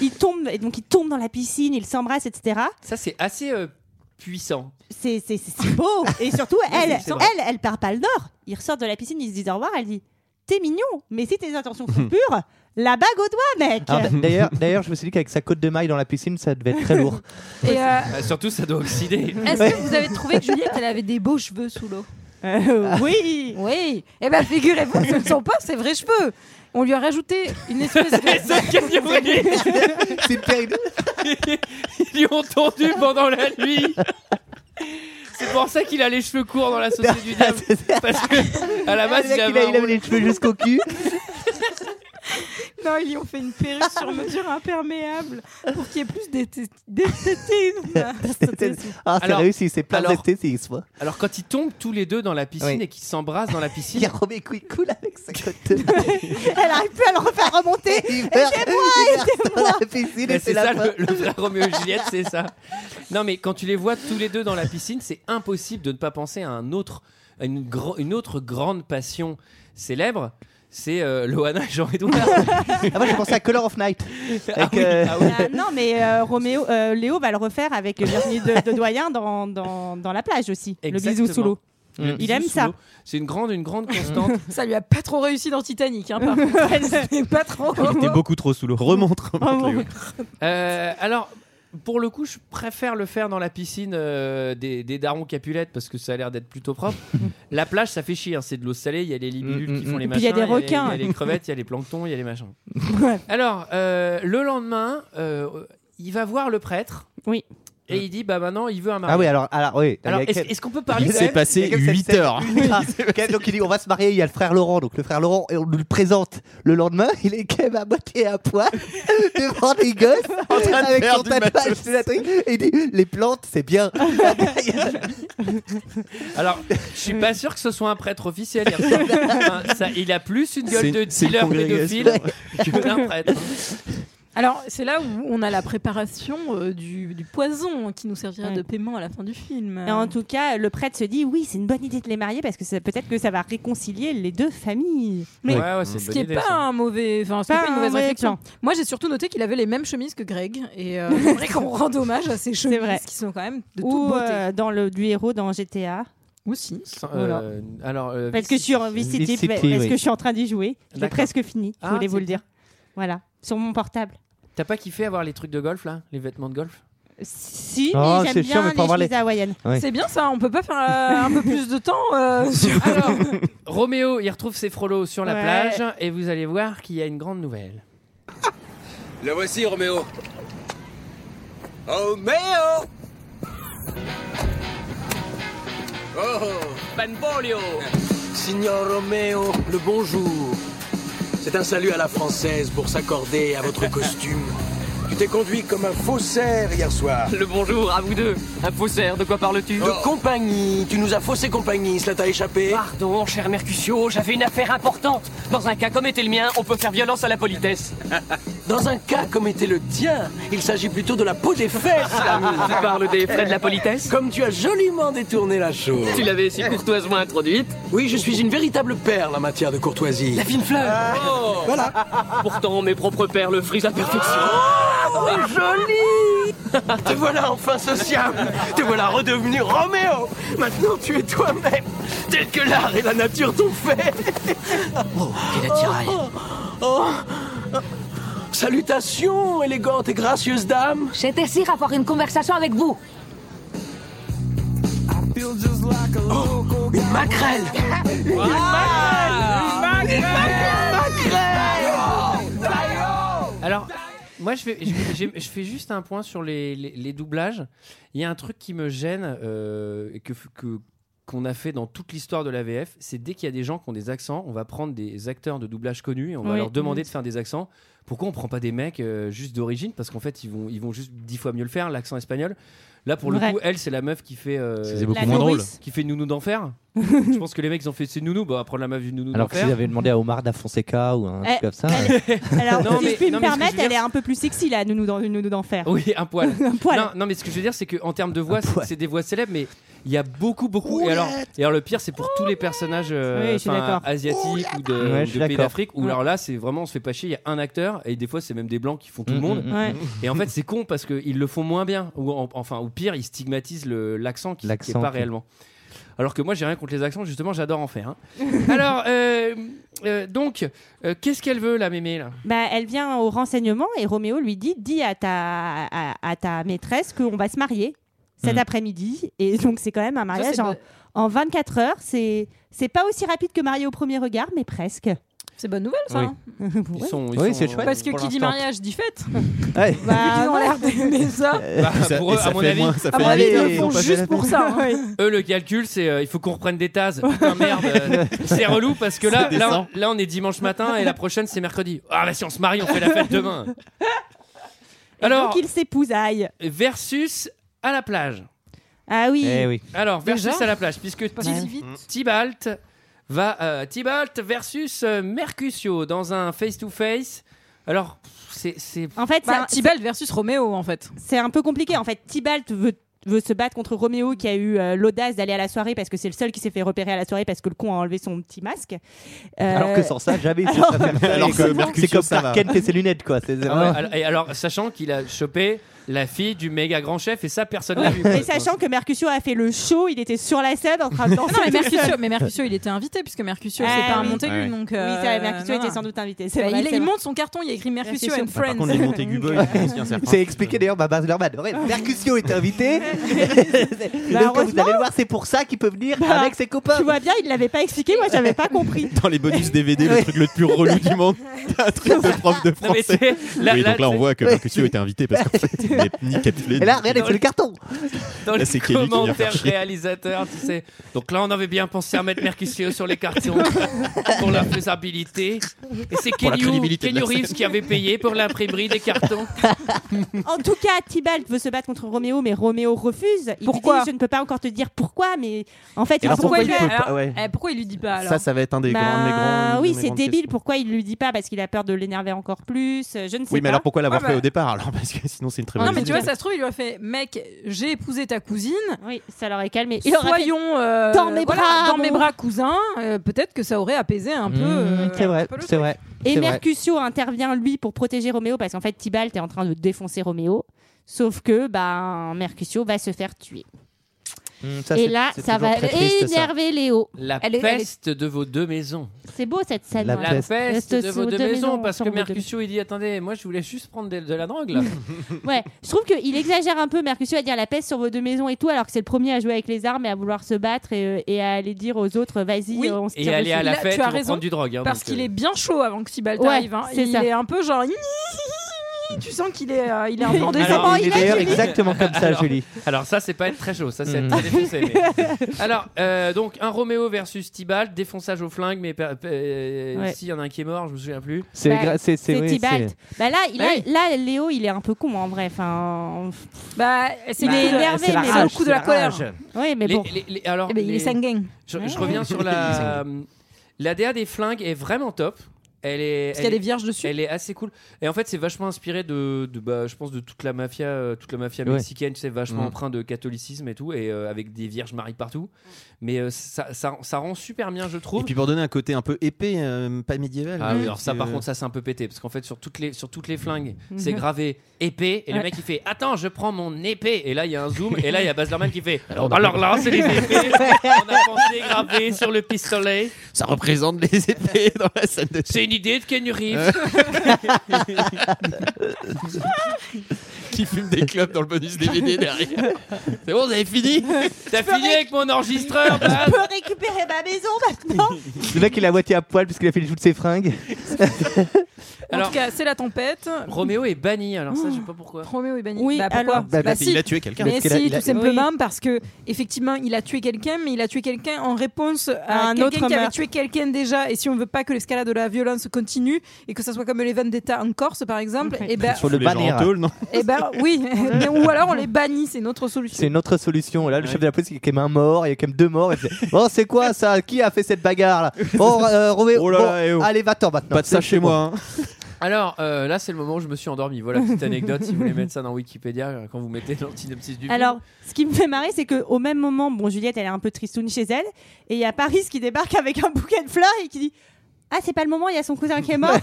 il tombe, et donc il tombe dans la piscine, il s'embrasse, etc. Ça, c'est assez euh, puissant. C'est c'est- c'est si beau. Et surtout, elle, c'est vrai. elle, elle part pas le nord. Ils ressortent de la piscine, ils se disent au revoir. Elle dit, t'es mignon, mais si tes intentions sont pures, la bague au doigt, mec. Ah, bah. D'ailleurs, d'ailleurs, je me suis dit qu'avec sa côte de maille dans la piscine, ça devait être très lourd. Et, euh, Ah, surtout, ça doit oxyder. Est-ce que vous avez trouvé que Juliette, elle avait des beaux cheveux sous l'eau Oui Oui Eh bien, figurez-vous que ce ne sont pas ses vrais cheveux On lui a rajouté une espèce de. Ah, C'est terrible. Ils lui ont tendu pendant la nuit. C'est C'est pour ça qu'il a les cheveux courts dans la société du diable. Parce que à la base, Le Ah, il mec, avait. il a- il un avait les cheveux jusqu'au cul. Non, ils lui ont fait une perruque sur mesure imperméable pour qu'il y ait plus d'esthéti- d'esthétisme. Ah, c'est Alors- réussi, c'est plein alors- d'esthétisme. Alors quand ils tombent tous les deux dans la piscine Oui. et qu'ils s'embrassent dans la piscine, Il y a Roméo qui coule avec sa cote de Elle arrive plus à le refaire remonter. Aidez-moi, aidez-moi. la piscine Mais et Bah, c'est c'est ça la le, le vrai Roméo et Juliette, c'est ça. Non mais quand tu les vois tous les deux dans la piscine, c'est impossible de ne pas penser à un autre, à une, gro- une autre grande passion célèbre. C'est euh, Loana et Jean-Edouard. Ah, moi j'ai pensé à Color of Night. Ah Avec, oui, euh, ah oui. Ah, non, mais euh, Roméo, euh, Léo va le refaire avec le vernis de, de doyen dans, dans, dans la plage aussi. Le bisou sous Exactement. l'eau. Le Il bisou aime sous ça. l'eau. C'est une grande, une grande constante. Ça lui a pas trop réussi dans Titanic, hein, par contre. Elle s'est pas trop. Il était beaucoup trop sous l'eau. Remonte, remonte, Léo. Euh, alors, pour le coup, je préfère le faire dans la piscine euh, des, des darons capulettes parce que ça a l'air d'être plutôt propre. la plage, ça fait chier, hein, c'est de l'eau salée, il y a les Mm, libellules qui mm, font mm. les puis, Et machins. il y a des il requins. Il y a les crevettes, il y a les planctons, il y a les machins. Alors, euh, le lendemain, euh, il va voir le prêtre. Oui. Et il dit, bah maintenant, il veut un mariage. Ah oui, alors, alors oui. Alors, Il y a est-ce quel- est-ce qu'on peut parler Il de- s'est il y a passé quel- cette 8 scène heures. ultra- Quel- Ah, donc il dit on va se marier, il y a le frère Laurent, donc le frère Laurent, et on nous le présente le lendemain, il est quand même à moitié à poil devant des gosses en train de avec faire son du tatouage, matos. c'est la truc, et il dit les plantes c'est bien. Ah, bah, Alors, je suis pas sûr que ce soit un prêtre officiel. Il ressemble- enfin, ça- il a plus une C'est gueule une- de c'est une dealer congrégation. pédophile que d'un prêtre. hein. Alors, c'est là où on a la préparation euh, du, du poison qui nous servira Ouais. de paiement à la fin du film. Et en tout cas, le prêtre se dit oui, c'est une bonne idée de les marier parce que ça- peut-être que ça va réconcilier les deux familles. Mais ouais, ouais, c'est Ce qui est pas un mauvais, enfin, ce qui est Pas pas une un mauvaise mauvais réflexion. plan. Moi, j'ai surtout noté qu'il avait les mêmes chemises que Greg, et euh, j'aimerais qu'on rende hommage à ces chemises vrai. qui sont quand même de toute Ou beauté. euh, dans le du héros dans GTA. Aussi. Sans- Voilà. euh, alors, euh, Parce que je suis en Vice Vice City, City, parce oui. que je suis en train d'y jouer. Je l'ai D'accord. presque fini. Je Ah, voulais vous c'est le dire. Voilà, sur mon portable. T'as pas kiffé avoir les trucs de golf là Les vêtements de golf Si, mais Oh, c'est j'aime bien chiant, mais faut les avoir chemises hawaïennes. Ouais. C'est bien ça, on peut pas faire euh, un peu plus de temps euh, sur- Alors, Roméo, il retrouve ses frolos sur la Ouais. plage et vous allez voir qu'il y a une grande nouvelle. La voici, Roméo. Roméo Oh Benvolio Signor Roméo, le bonjour. C'est un salut à la française pour s'accorder à votre costume. Tu t'es conduit comme un faussaire hier soir. Le bonjour à vous deux. Un faussaire, de quoi parles-tu De compagnie, tu nous as faussé compagnie, cela t'a échappé Ah. Pardon, cher Mercutio, j'avais une affaire importante. Dans un cas comme était le mien, on peut faire violence à la politesse. Dans un cas comme était le tien, il s'agit plutôt de la peau des fesses, l'ami. Tu parles des frais de la politesse Comme tu as joliment détourné la chose. Tu l'avais si courtoisement introduite. Oui, je suis une véritable perle en matière de courtoisie. La fine fleur Pourtant, mes propres perles frisent la perfection. Te voilà enfin sociable Te voilà redevenu Roméo Maintenant tu es toi-même Tel que l'art et la nature t'ont fait Oh, Oh, Quel attirail Salutations, élégante et gracieuse dame Je désire avoir une conversation avec vous. Une maquerelle Une maquerelle Une maquerelle Alors, moi je fais, je, j'ai- je fais juste un point sur les, les- les doublages. Il y a un truc qui me gêne euh, et que. que- qu'on a fait dans toute l'histoire de la VF, c'est dès qu'il y a des gens qui ont des accents, on va prendre des acteurs de doublage connus et on va Oui. leur demander de faire des accents. Pourquoi on prend pas des mecs euh, juste d'origine Parce qu'en fait, ils vont, ils vont juste dix fois mieux le faire, l'accent espagnol. Là, pour le Vrai. coup, elle, c'est la meuf qui fait. euh, C'est beaucoup La moins drôle. nourrice. qui fait Nounou d'enfer. je pense que les mecs ils ont fait c'est Nounou, bah on va prendre la meuf du Nounou Alors que d'enfer. s'ils avaient demandé à Omar da Fonseca ou un Eh, truc comme ça. euh, Alors, Non, si mais- je puis non, me mais ce que je veux permettre, dire, elle est un peu plus sexy là, nounou dans une nounou d'enfer. Oui, un poil. Un poil. Non, non, mais ce que je veux dire, c'est qu'en termes de voix, Un c'est- poil. c'est des voix célèbres, mais il y a beaucoup, beaucoup. Et alors, et alors, le pire, c'est pour tous les personnages euh, Oui, je suis enfin, d'accord. asiatiques ou de, Ouais, ou je de suis pays d'accord. d'Afrique, où Ouais. alors là, c'est vraiment, on se fait pas chier, il y a un acteur, et des fois, c'est même des blancs qui font tout le Mm, monde. mm, mm. Ouais. Et en fait, c'est con parce qu'ils le font moins bien. Ou en- enfin, ou pire, ils stigmatisent le- l'accent qui n'est pas L'accent qui- réellement. Alors que moi, j'ai rien contre les accents, justement, j'adore en faire. hein. Alors, euh, euh, donc, euh, qu'est-ce qu'elle veut, la mémé, là Bah, elle vient au renseignement et Roméo lui dit dis à ta, à, à ta maîtresse qu'on va se marier cet Mhm. après-midi. Et donc, c'est quand même un mariage hein. c'est en, en 24 heures. C'est c'est pas aussi rapide que marié au premier regard, mais presque. C'est bonne nouvelle, ça. Oui. hein. Ils sont- ils Oui, sont- c'est chouette. Parce que pour qui dit l'instant. mariage dit fête. Ouais. Ah, Bah, ils ont l'air d'aimer ça. Bah, Ça- pour eux, et ça à mon fait avis, moins- ça à fait mon avis, huit, euh, hein, ils ont ils ont pas pas fait la fait peine. la hein. peine. Eux, le calcul, c'est euh, il faut qu'on reprenne des tases. Putain, merde, euh, c'est relou parce que là, là, Ça descend. on, là, on est dimanche matin et la prochaine, c'est mercredi. Ah, bah si on se marie, on fait la fête demain. Alors, Alors qu'ils s'épousaillent. versus à la plage. Ah oui. Eh Alors, versus Déjà à la plage, puisque Pas Ti- si vite. Bah, Tibalt va. euh, Tibalt versus euh, Mercutio dans un face-to-face. Alors, c'est. c'est- En fait, Bah, Tibalt versus Roméo, en fait. C'est un peu compliqué. En fait, Tibalt veut veut se battre contre Roméo qui a eu euh, l'audace d'aller à la soirée parce que c'est le seul qui s'est fait repérer à la soirée parce que le con a enlevé son petit masque. Euh, Alors que sans ça, jamais il alors- serait faire ça. Alors Et que comme- Mercutio, c'est comme ça va. Tarken fait ses lunettes, quoi. C'est- c'est Ah ouais, vraiment- alors- et alors, sachant qu'il a chopé la fille du méga grand chef, et ça, personne l'a vu. Et sachant que Mercutio a fait le show, il était sur la scène en train de Non, danser. mais tout Mercutio, seul. mais Mercutio, il était invité puisque Mercutio, Ah c'est pas un oui. Montaigu, Ah oui. donc. Oui, euh, c'est vrai, Mercutio non, était non. sans doute invité, c'est Bah, vrai, il, c'est il vrai. monte son carton, il y a écrit Mercutio and Ah, par Friends. contre, les Montaigu Boys, je pense qu'il y a un certain- C'est expliqué d'ailleurs par Baz Luhrmann. Ouais, Mercutio est invité. Bah, Donc, quand vous heureusement. allez le voir, c'est pour ça qu'il peut venir Bah, avec ses copains. Tu vois bien, il l'avait pas expliqué, moi j'avais pas compris. Dans les bonus DVD, le truc le plus relou du monde, t'as un truc de prof de mais français. c'est- là- oui, là, donc là, on c'est- voit que Ouais. Mercutio était invité parce qu'en fait, il est ni capitulé. Et là, regardez, c'est le carton. dans Là, les c'est Kelly qui vient faire commentaires chier. réalisateurs, tu sais. Donc là, on avait bien pensé à mettre Mercutio sur les cartons pour la faisabilité. Et c'est Pour la Kenny crédibilité de la Kenny scène. Reeves qui avait payé pour l'imprimerie des cartons. En tout cas, Tibalt veut se battre contre Roméo, mais Roméo refuse. Il Pourquoi lui dit, Je ne peux pas encore te dire pourquoi, mais en fait, Et alors, pourquoi il fait- peut pas- Alors, ouais. Ah, eh, pourquoi il lui dit pas Ça, ça va être un des grands, des grands- Bah oui, des c'est grandes débile. questions. Pourquoi il lui dit pas Parce qu'il a peur de l'énerver encore plus. euh, Je ne sais Oui, pas. mais alors pourquoi l'avoir fait au départ alors Parce que sinon, c'est une très Non, bonne mais tu idée. vois, ça se trouve, il lui a fait Mec, j'ai épousé ta cousine. Oui, ça l'aurait calmé. Il aurait fait, Soyons euh, Dans mes voilà, bras, dans mon- mes bras cousins. euh, Peut-être que ça aurait apaisé un peu. euh, Mm, C'est vrai, c'est vrai. Et c'est vrai. Mercutio intervient lui pour protéger Roméo parce qu'en fait Tibalt est en train de défoncer Roméo. Sauf que ben Mercutio va se faire tuer. Et là, ça va énerver Léo. La Elle est- elle est- peste de vos deux maisons. C'est beau cette scène. La, hein. peste, de vos sur deux deux maisons, maisons, parce sur que vos deux Mercutio, il dit Attendez, moi, je voulais juste prendre de, de la drogue là. Ouais, je trouve qu'il exagère un peu Mercutio à dire la peste sur vos deux maisons et tout, alors que c'est le premier à jouer avec les armes et à vouloir se battre et, euh, et à aller dire aux autres vas-y, Oui. euh, on se Et tire aller à dessus. la Là, fête tu as pour raison, prendre du drogue. hein, parce donc, qu'il euh, est bien chaud avant que Sibalt Ouais, arrive. hein. c'est Il ça. est un peu genre. Tu sens qu'il est, euh, il est un peu Alors, en désarroi. il est a- d'ailleurs Julie. exactement comme ça, Alors- Julie. Alors ça, c'est pas être très chaud, ça c'est être Mm. très défoncé. mais- Alors, euh, donc un Roméo versus Tibalt, défonçage au flingue, mais per- euh, Ouais. ici il y en a un qui est mort, je me souviens plus. C'est Bah, gra- c'est- c'est- oui, Tibalt. c'est- Bah là, il Ah a- oui. là, Léo, il est un peu con en vrai. Enfin, bah, il est énervé, mais bon. Oui, mais Les- bon. Ah. les- les- alors, Eh ben, il est les- sanguin. Je, je Ouais. reviens sur la. la DA des flingues est vraiment top. Elle est, Parce qu'elle est vierge dessus. Elle est assez cool. Et en fait, c'est vachement inspiré de, de, bah, je pense, de toute la mafia, euh, toute la mafia Ouais. mexicaine. C'est vachement Mm. Mhm. empreint de catholicisme et tout, et euh, avec des vierges maries partout. Mais euh, ça, ça, ça rend super bien, je trouve. Et puis pour donner un côté un peu épais, euh, pas médiéval. Ah Mmh. euh, hein, oui, alors ça que- par contre ça c'est un peu pété parce qu'en fait sur toutes les sur toutes les flingues Mmh. Mhm. c'est gravé épée et le Ouais. mec il fait attends je prends mon épée et là il y a un zoom et là il y a Baz Luhrmann qui fait alors, on a- là c'est les épées on a pensé gravé sur le pistolet Ça représente les épées dans la scène de c'est une idée de Ken Euh. Reeves Qui fume des clubs dans le bonus DVD derrière. C'est bon, vous avez fini t'as fini avec mon enregistreur Baz Je peux récupérer ma maison maintenant Le mec, il est à moitié à poil parce qu'il a fait les joues de ses fringues. En tout cas, c'est la tempête. Roméo est banni alors ça je sais pas pourquoi Oh. Roméo est banni. Oui, bah, pourquoi alors- Bah, parce qu'il a tué quelqu'un. Mais Parce qu'il a- si, il a- tout simplement parce que effectivement, il a tué quelqu'un, mais il a tué quelqu'un en réponse à, un Ah, quelqu'un autre qui avait meurtre. tué quelqu'un déjà. Et si on veut pas que l'escalade de la violence continue et que ça soit comme les vendettas en Corse, par exemple, et ben, Faut le Les gens en bannir. tôle, non eh ben, oui. Mais- ou alors on les bannit, c'est notre solution. C'est une autre solution. Là, le chef de la police, il y a quand même un mort, il y a quand même deux morts. Il fait, Bon, c'est quoi ça Qui a fait cette bagarre là Bon, euh, Roméo, Oh là bon, là, eh oh. allez, va-t'en maintenant. Pas de ça C'est- chez c'est moi, hein. bon. alors euh, là c'est le moment où je me suis endormi voilà petite anecdote si vous voulez mettre ça dans Wikipédia euh, quand vous mettez dans le synopsis du film. Alors, ce qui me fait marrer, c'est que au même moment, bon, Juliette, elle est un peu tristoune chez elle, et il y a Paris qui débarque avec un bouquet de fleurs et qui dit Ah, c'est pas le moment, il y a son cousin qui est mort.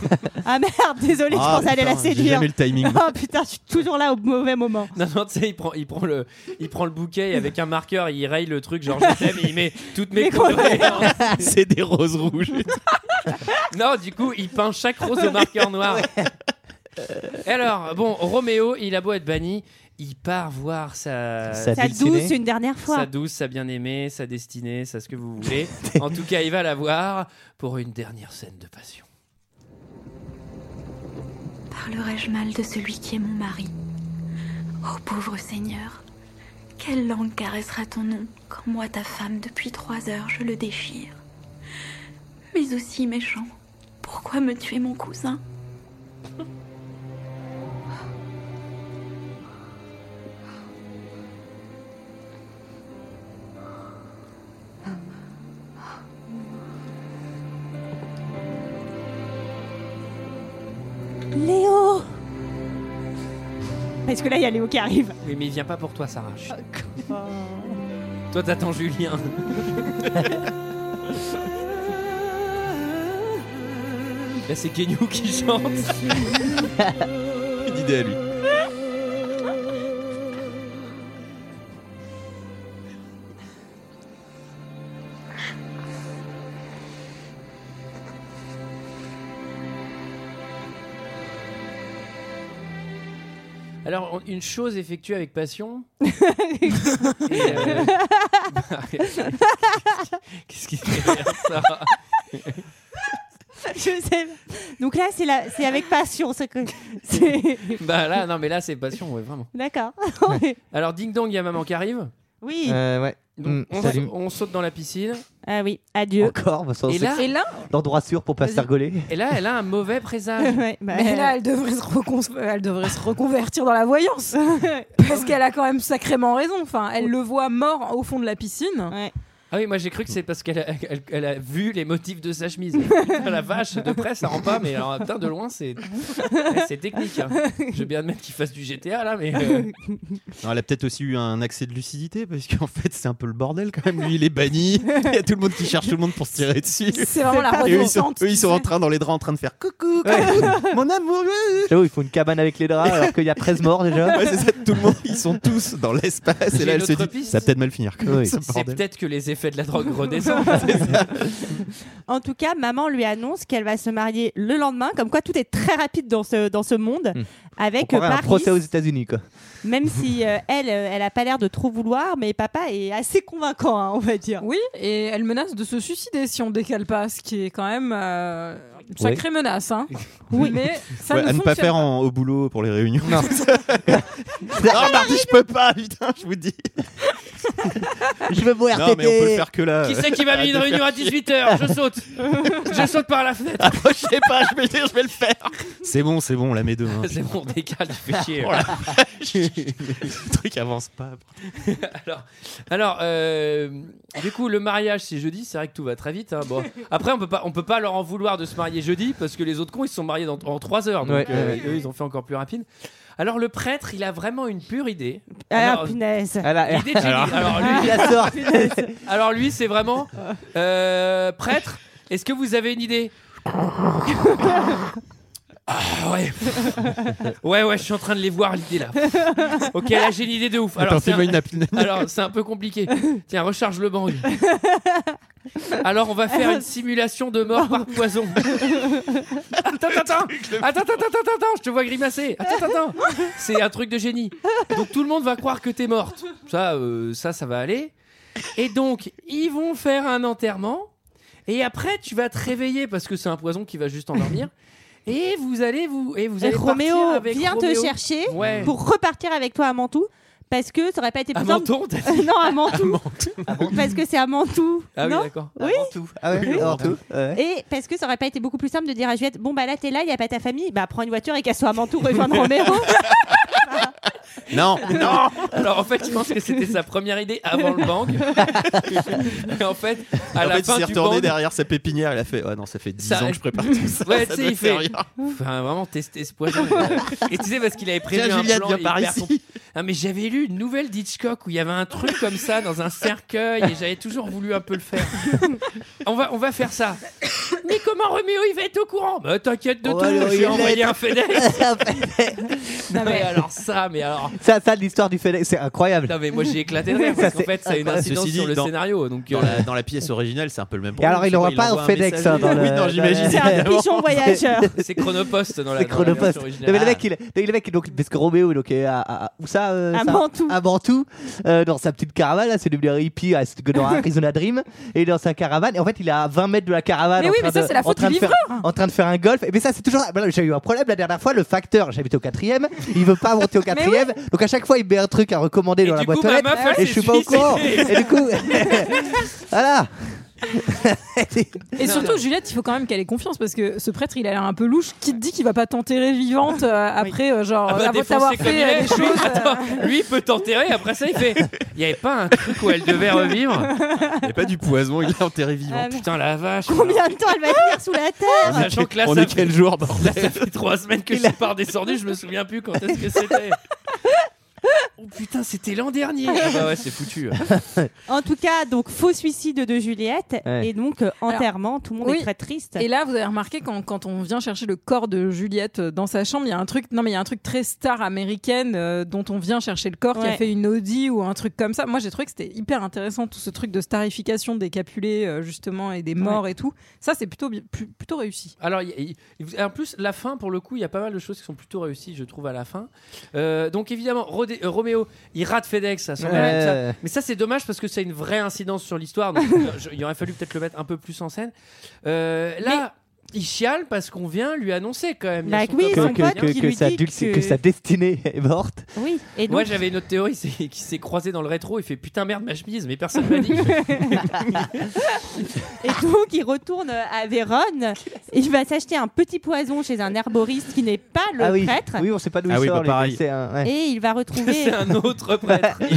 ah merde, désolé, Ah, je pensais aller putain, la j'ai séduire. jamais le timing. Ah putain, je suis toujours là au mauvais moment. Non, non, tu sais, il prend, il, prend le, il prend le bouquet et avec un marqueur, il raye le truc, genre je t'aime, et il met toutes mes Mes condoléances. C'est des roses rouges. Non, du coup, il peint chaque rose au marqueur noir. Et Alors, bon, Roméo, il a beau être banni, il part voir sa, Sa Sa douce destinée. une dernière fois. Sa douce, sa bien-aimée, sa destinée, sa ce que vous voulez. en tout cas, il va la voir pour une dernière scène de passion. Parlerai-je mal de celui qui est mon mari Ô pauvre Seigneur, quelle langue caressera ton nom quand moi, ta femme, depuis trois heures, je le déchire Mais aussi méchant, pourquoi me tuer mon cousin Léo Parce que là, il y a Léo qui arrive. Oui, mais il vient pas pour toi, Sarah. Chut. Toi, t'attends Julien. Là, c'est Kenyou qui chante. Une idée à lui. Alors, on- une chose effectuée avec passion. Et, euh, Qu'est-ce qui fait rire, Sarah Je sais. Donc là, c'est la- c'est avec passion. c'est que- c'est- Bah là, non, mais là, c'est passion, ouais, vraiment. D'accord. Alors, ding dong, il y a maman qui arrive. Oui. Euh, ouais. Mm, Donc, on, salut. on saute dans la piscine. Ah oui, adieu. Encore, bah, ça, Et c'est là- Et là- l'endroit sûr pour pas se faire gauler. Et là, elle a un mauvais présage. Ouais, bah, Mais euh, là, elle devrait, se recon- elle devrait se reconvertir dans la voyance. Parce qu'elle a quand même sacrément raison. Enfin, elle le voit mort au fond de la piscine. Ah oui, moi j'ai cru que c'est parce qu'elle a, elle- elle a vu les motifs de sa chemise. Ah, la vache, de près ça rend pas, mais alors, putain, de loin c'est ouais, c'est technique. hein. Je veux bien admettre qu'il fasse du GTA là, mais euh, Non, elle a peut-être aussi eu un accès de lucidité parce qu'en fait c'est un peu le bordel quand même. Lui il est banni, il y a tout le monde qui cherche tout le monde pour se tirer dessus. C'est vraiment la Et eux, ils sont, renaissance, eux, ils sont en train dans les draps en train de faire coucou, mon amour. Ah J'avoue, il faut une cabane avec les draps alors qu'il y a 13 morts déjà. Ouais, c'est ça, tout le monde, ils sont tous dans l'espace J'ai et là une elle se autre dit piste. ça va peut-être mal finir. quand même, ce c'est bordel. peut-être que les effets de la drogue redescendent. En tout cas, maman lui annonce qu'elle va se marier le lendemain. Comme quoi, tout est très rapide dans ce, dans ce monde. Hmm. Avec euh, On croirait un Paris, procès aux États-Unis quoi. même si euh, elle, euh, elle a pas l'air de trop vouloir, mais papa est assez convaincant, hein, on va dire. Oui, et elle menace de se suicider si on décale pas, ce qui est quand même euh, une sacrée menace. Hein. Oui, mais ça Ouais, ne à ne pas fonctionne faire en- au boulot pour les réunions. Non, mardi je peux pas, putain, je vous dis. Je veux Non, mais on peut le faire que là. Qui c'est qui m'a mis une Arrête de réunion à faire 18h Je saute Je saute par la fenêtre Ah, moi, je sais pas, je vais, dire, je vais le faire. C'est bon, c'est bon, on la met demain. Ah, C'est bon, on décale, tu fais chier. Oh la vache. le truc avance pas. alors, alors euh, du coup, le mariage, c'est jeudi. C'est vrai que tout va très vite. hein. Bon, après, on peut pas, on peut pas leur en vouloir de se marier jeudi parce que les autres cons, ils se sont mariés dans- en 3 heures. Donc, Ouais. euh, Ouais. eux, ils ont fait encore plus rapide. Alors, le prêtre, il a vraiment une pure idée. Ah, Alors, punaise. L'idée de génie. Alors, lui, Alors, lui, c'est vraiment euh, prêtre. Est-ce que vous avez une idée Ah ouais. Ouais ouais, je suis en train de les voir l'idée là. Ok, là j'ai une idée de ouf. Attends, c'est fais-moi un- une appli- alors, c'est un peu compliqué. Tiens, recharge le bang. Alors, on va faire une simulation de mort par poison. Attends, attends, attends, attends, attends, attends, attends, je te vois grimacer. Attends, attends, attends. c'est un truc de génie. Donc tout le monde va croire que t'es morte. Ça, euh, ça, ça va aller. Et donc, ils vont faire un enterrement. Et après, tu vas te réveiller parce que c'est un poison qui va juste endormir. Et vous allez vous et vous Et allez Eh, Roméo partir avec vient Roméo. te chercher Ouais. pour repartir avec toi à Mantoue parce que ça aurait pas été À plus simple. Euh, Menton, t'as dit non, à Mantoue. parce que c'est à Mantoue. Ah oui, non d'accord. Oui. Ah ouais, alors tout. ouais. Et parce que ça aurait pas été beaucoup plus simple de dire à Juliette Bon, bah là, t'es là, il n'y a pas ta famille, bah prends une voiture et casse-toi à Mantoue, rejoindre Roméo. Non, non. Alors en fait, je pense que c'était sa première idée avant le bang. Et en fait, à en la fait, fin il s'est du retourné bang, derrière sa pépinière. Il a fait Ouais, non, ça fait 10 Ça- ans que je prépare tout ça. Ouais, ça tu sais, doit il fait. faire rire. Enfin, vraiment tester ce poison. Et tu sais, parce qu'il avait prévu Tiens, un Juliette, plan viens par hyper ici. compl- Ah, mais j'avais lu une nouvelle d'Hitchcock où il y avait un truc comme ça dans un cercueil et j'avais toujours voulu un peu le faire. on, va, on va faire ça. Mais comment Roméo il va être au courant Bah, t'inquiète de Oh, tout, alors, il j'ai envoyé l'aide. un FedEx. Non, Ah, mais alors ça, mais alors. Ça, ça l'histoire du Fennec, c'est incroyable. Non, mais moi j'ai éclaté de rire parce qu'en fait, ça a une incidence Ceci dit, sur le dans- scénario. Donc, euh, dans, la, dans la pièce originale, c'est un peu le même Et alors, il tu vois, aura pas envoie un un FedEx, message. hein, dans Oui, le- non, j'imagine. C'est un pigeon voyageur. C'est Chronopost dans la. C'est dans la version Chronopost. originale. Ah. Non, mais le mec, il, non, mais le mec, donc, parce que Roméo, donc, est à, à- à- où ça, euh, À ça Mantoue. À Mantoue, euh, dans sa petite caravane, là, c'est devenu un hippie à- dans Arizona Dream, et dans sa caravane, et en fait, il est à 20 mètres de la caravane. Mais en oui, train mais ça, de- c'est la en faute train du de faire- livreur. En train de faire un golf, et mais ça, c'est toujours. voilà, J'ai eu un problème la dernière fois, le facteur, j'habitais au quatrième, il veut pas monter au quatrième, donc à chaque fois, il met un truc à recommander dans la du boîte coup, aux ma lettres, meuf, elle et je suis s'est pas au courant. suicidée. Et du coup, voilà. Et surtout, Juliette, il faut quand même qu'elle ait confiance parce que ce prêtre, il a l'air un peu louche. Qui te dit qu'il va pas t'enterrer vivante euh, après, euh, genre, Ah bah, avant de défoncer t'avoir comme il fait euh, est. des choses euh. Attends, lui, il peut t'enterrer. Après ça, il fait. Il n'y avait pas un truc où elle devait revivre. Il n'y a pas du poison, il est enterré vivant. Ah, mais- Putain, la vache. Combien de temps elle va tenir sous la Alors, terre Sachant que là, on ça est fait- quel jour, bordel Là, ça fait trois semaines que je suis pas redescendu. Je me souviens plus quand est-ce que c'était. Oh putain, c'était l'an dernier. Ah bah ouais, c'est foutu. En tout cas, donc faux suicide de Juliette Ouais. et donc euh, Alors, enterrement. tout le monde oui. est très triste. Et là, vous avez remarqué quand, quand on vient chercher le corps de Juliette euh, dans sa chambre, il y a un truc, non mais il y a un truc très star américaine euh, dont on vient chercher le corps qui a Ouais. fait une Audi ou un truc comme ça. Moi, j'ai trouvé que c'était hyper intéressant tout ce truc de starification des capulés euh, justement et des morts et tout. Ça, c'est plutôt bi- pu- plutôt réussi. Alors, il- il- il- en plus, la fin, pour le coup, il y a pas mal de choses qui sont plutôt réussies, je trouve, à la fin. Euh, donc, évidemment, Rodé- euh, Roméo, il rate FedEx à son Ouais. malade, Euh, ça. Mais ça, c'est dommage parce que c'est une vraie incidence sur l'histoire. Donc, euh, je- il aurait fallu peut-être le mettre un peu plus en scène. Euh, là. Il chiale parce qu'on vient lui annoncer quand même. Il y a Bah son oui, copain son qui pote vient. que, que sa dulce- que sa destinée est morte. Oui. Et Moi donc- j'avais une autre théorie c'est qui s'est croisé dans le rétro. Il fait putain merde ma chemise, mais personne m'a dit. Et donc, il retourne à Vérone. Il va s'acheter un petit poison chez un herboriste qui n'est pas le ah oui. prêtre. Oui, on sait pas d'où Ah il oui, bah sort. lui, mais pareil. c'est un- ouais. Et il va retrouver. C'est un autre prêtre. non,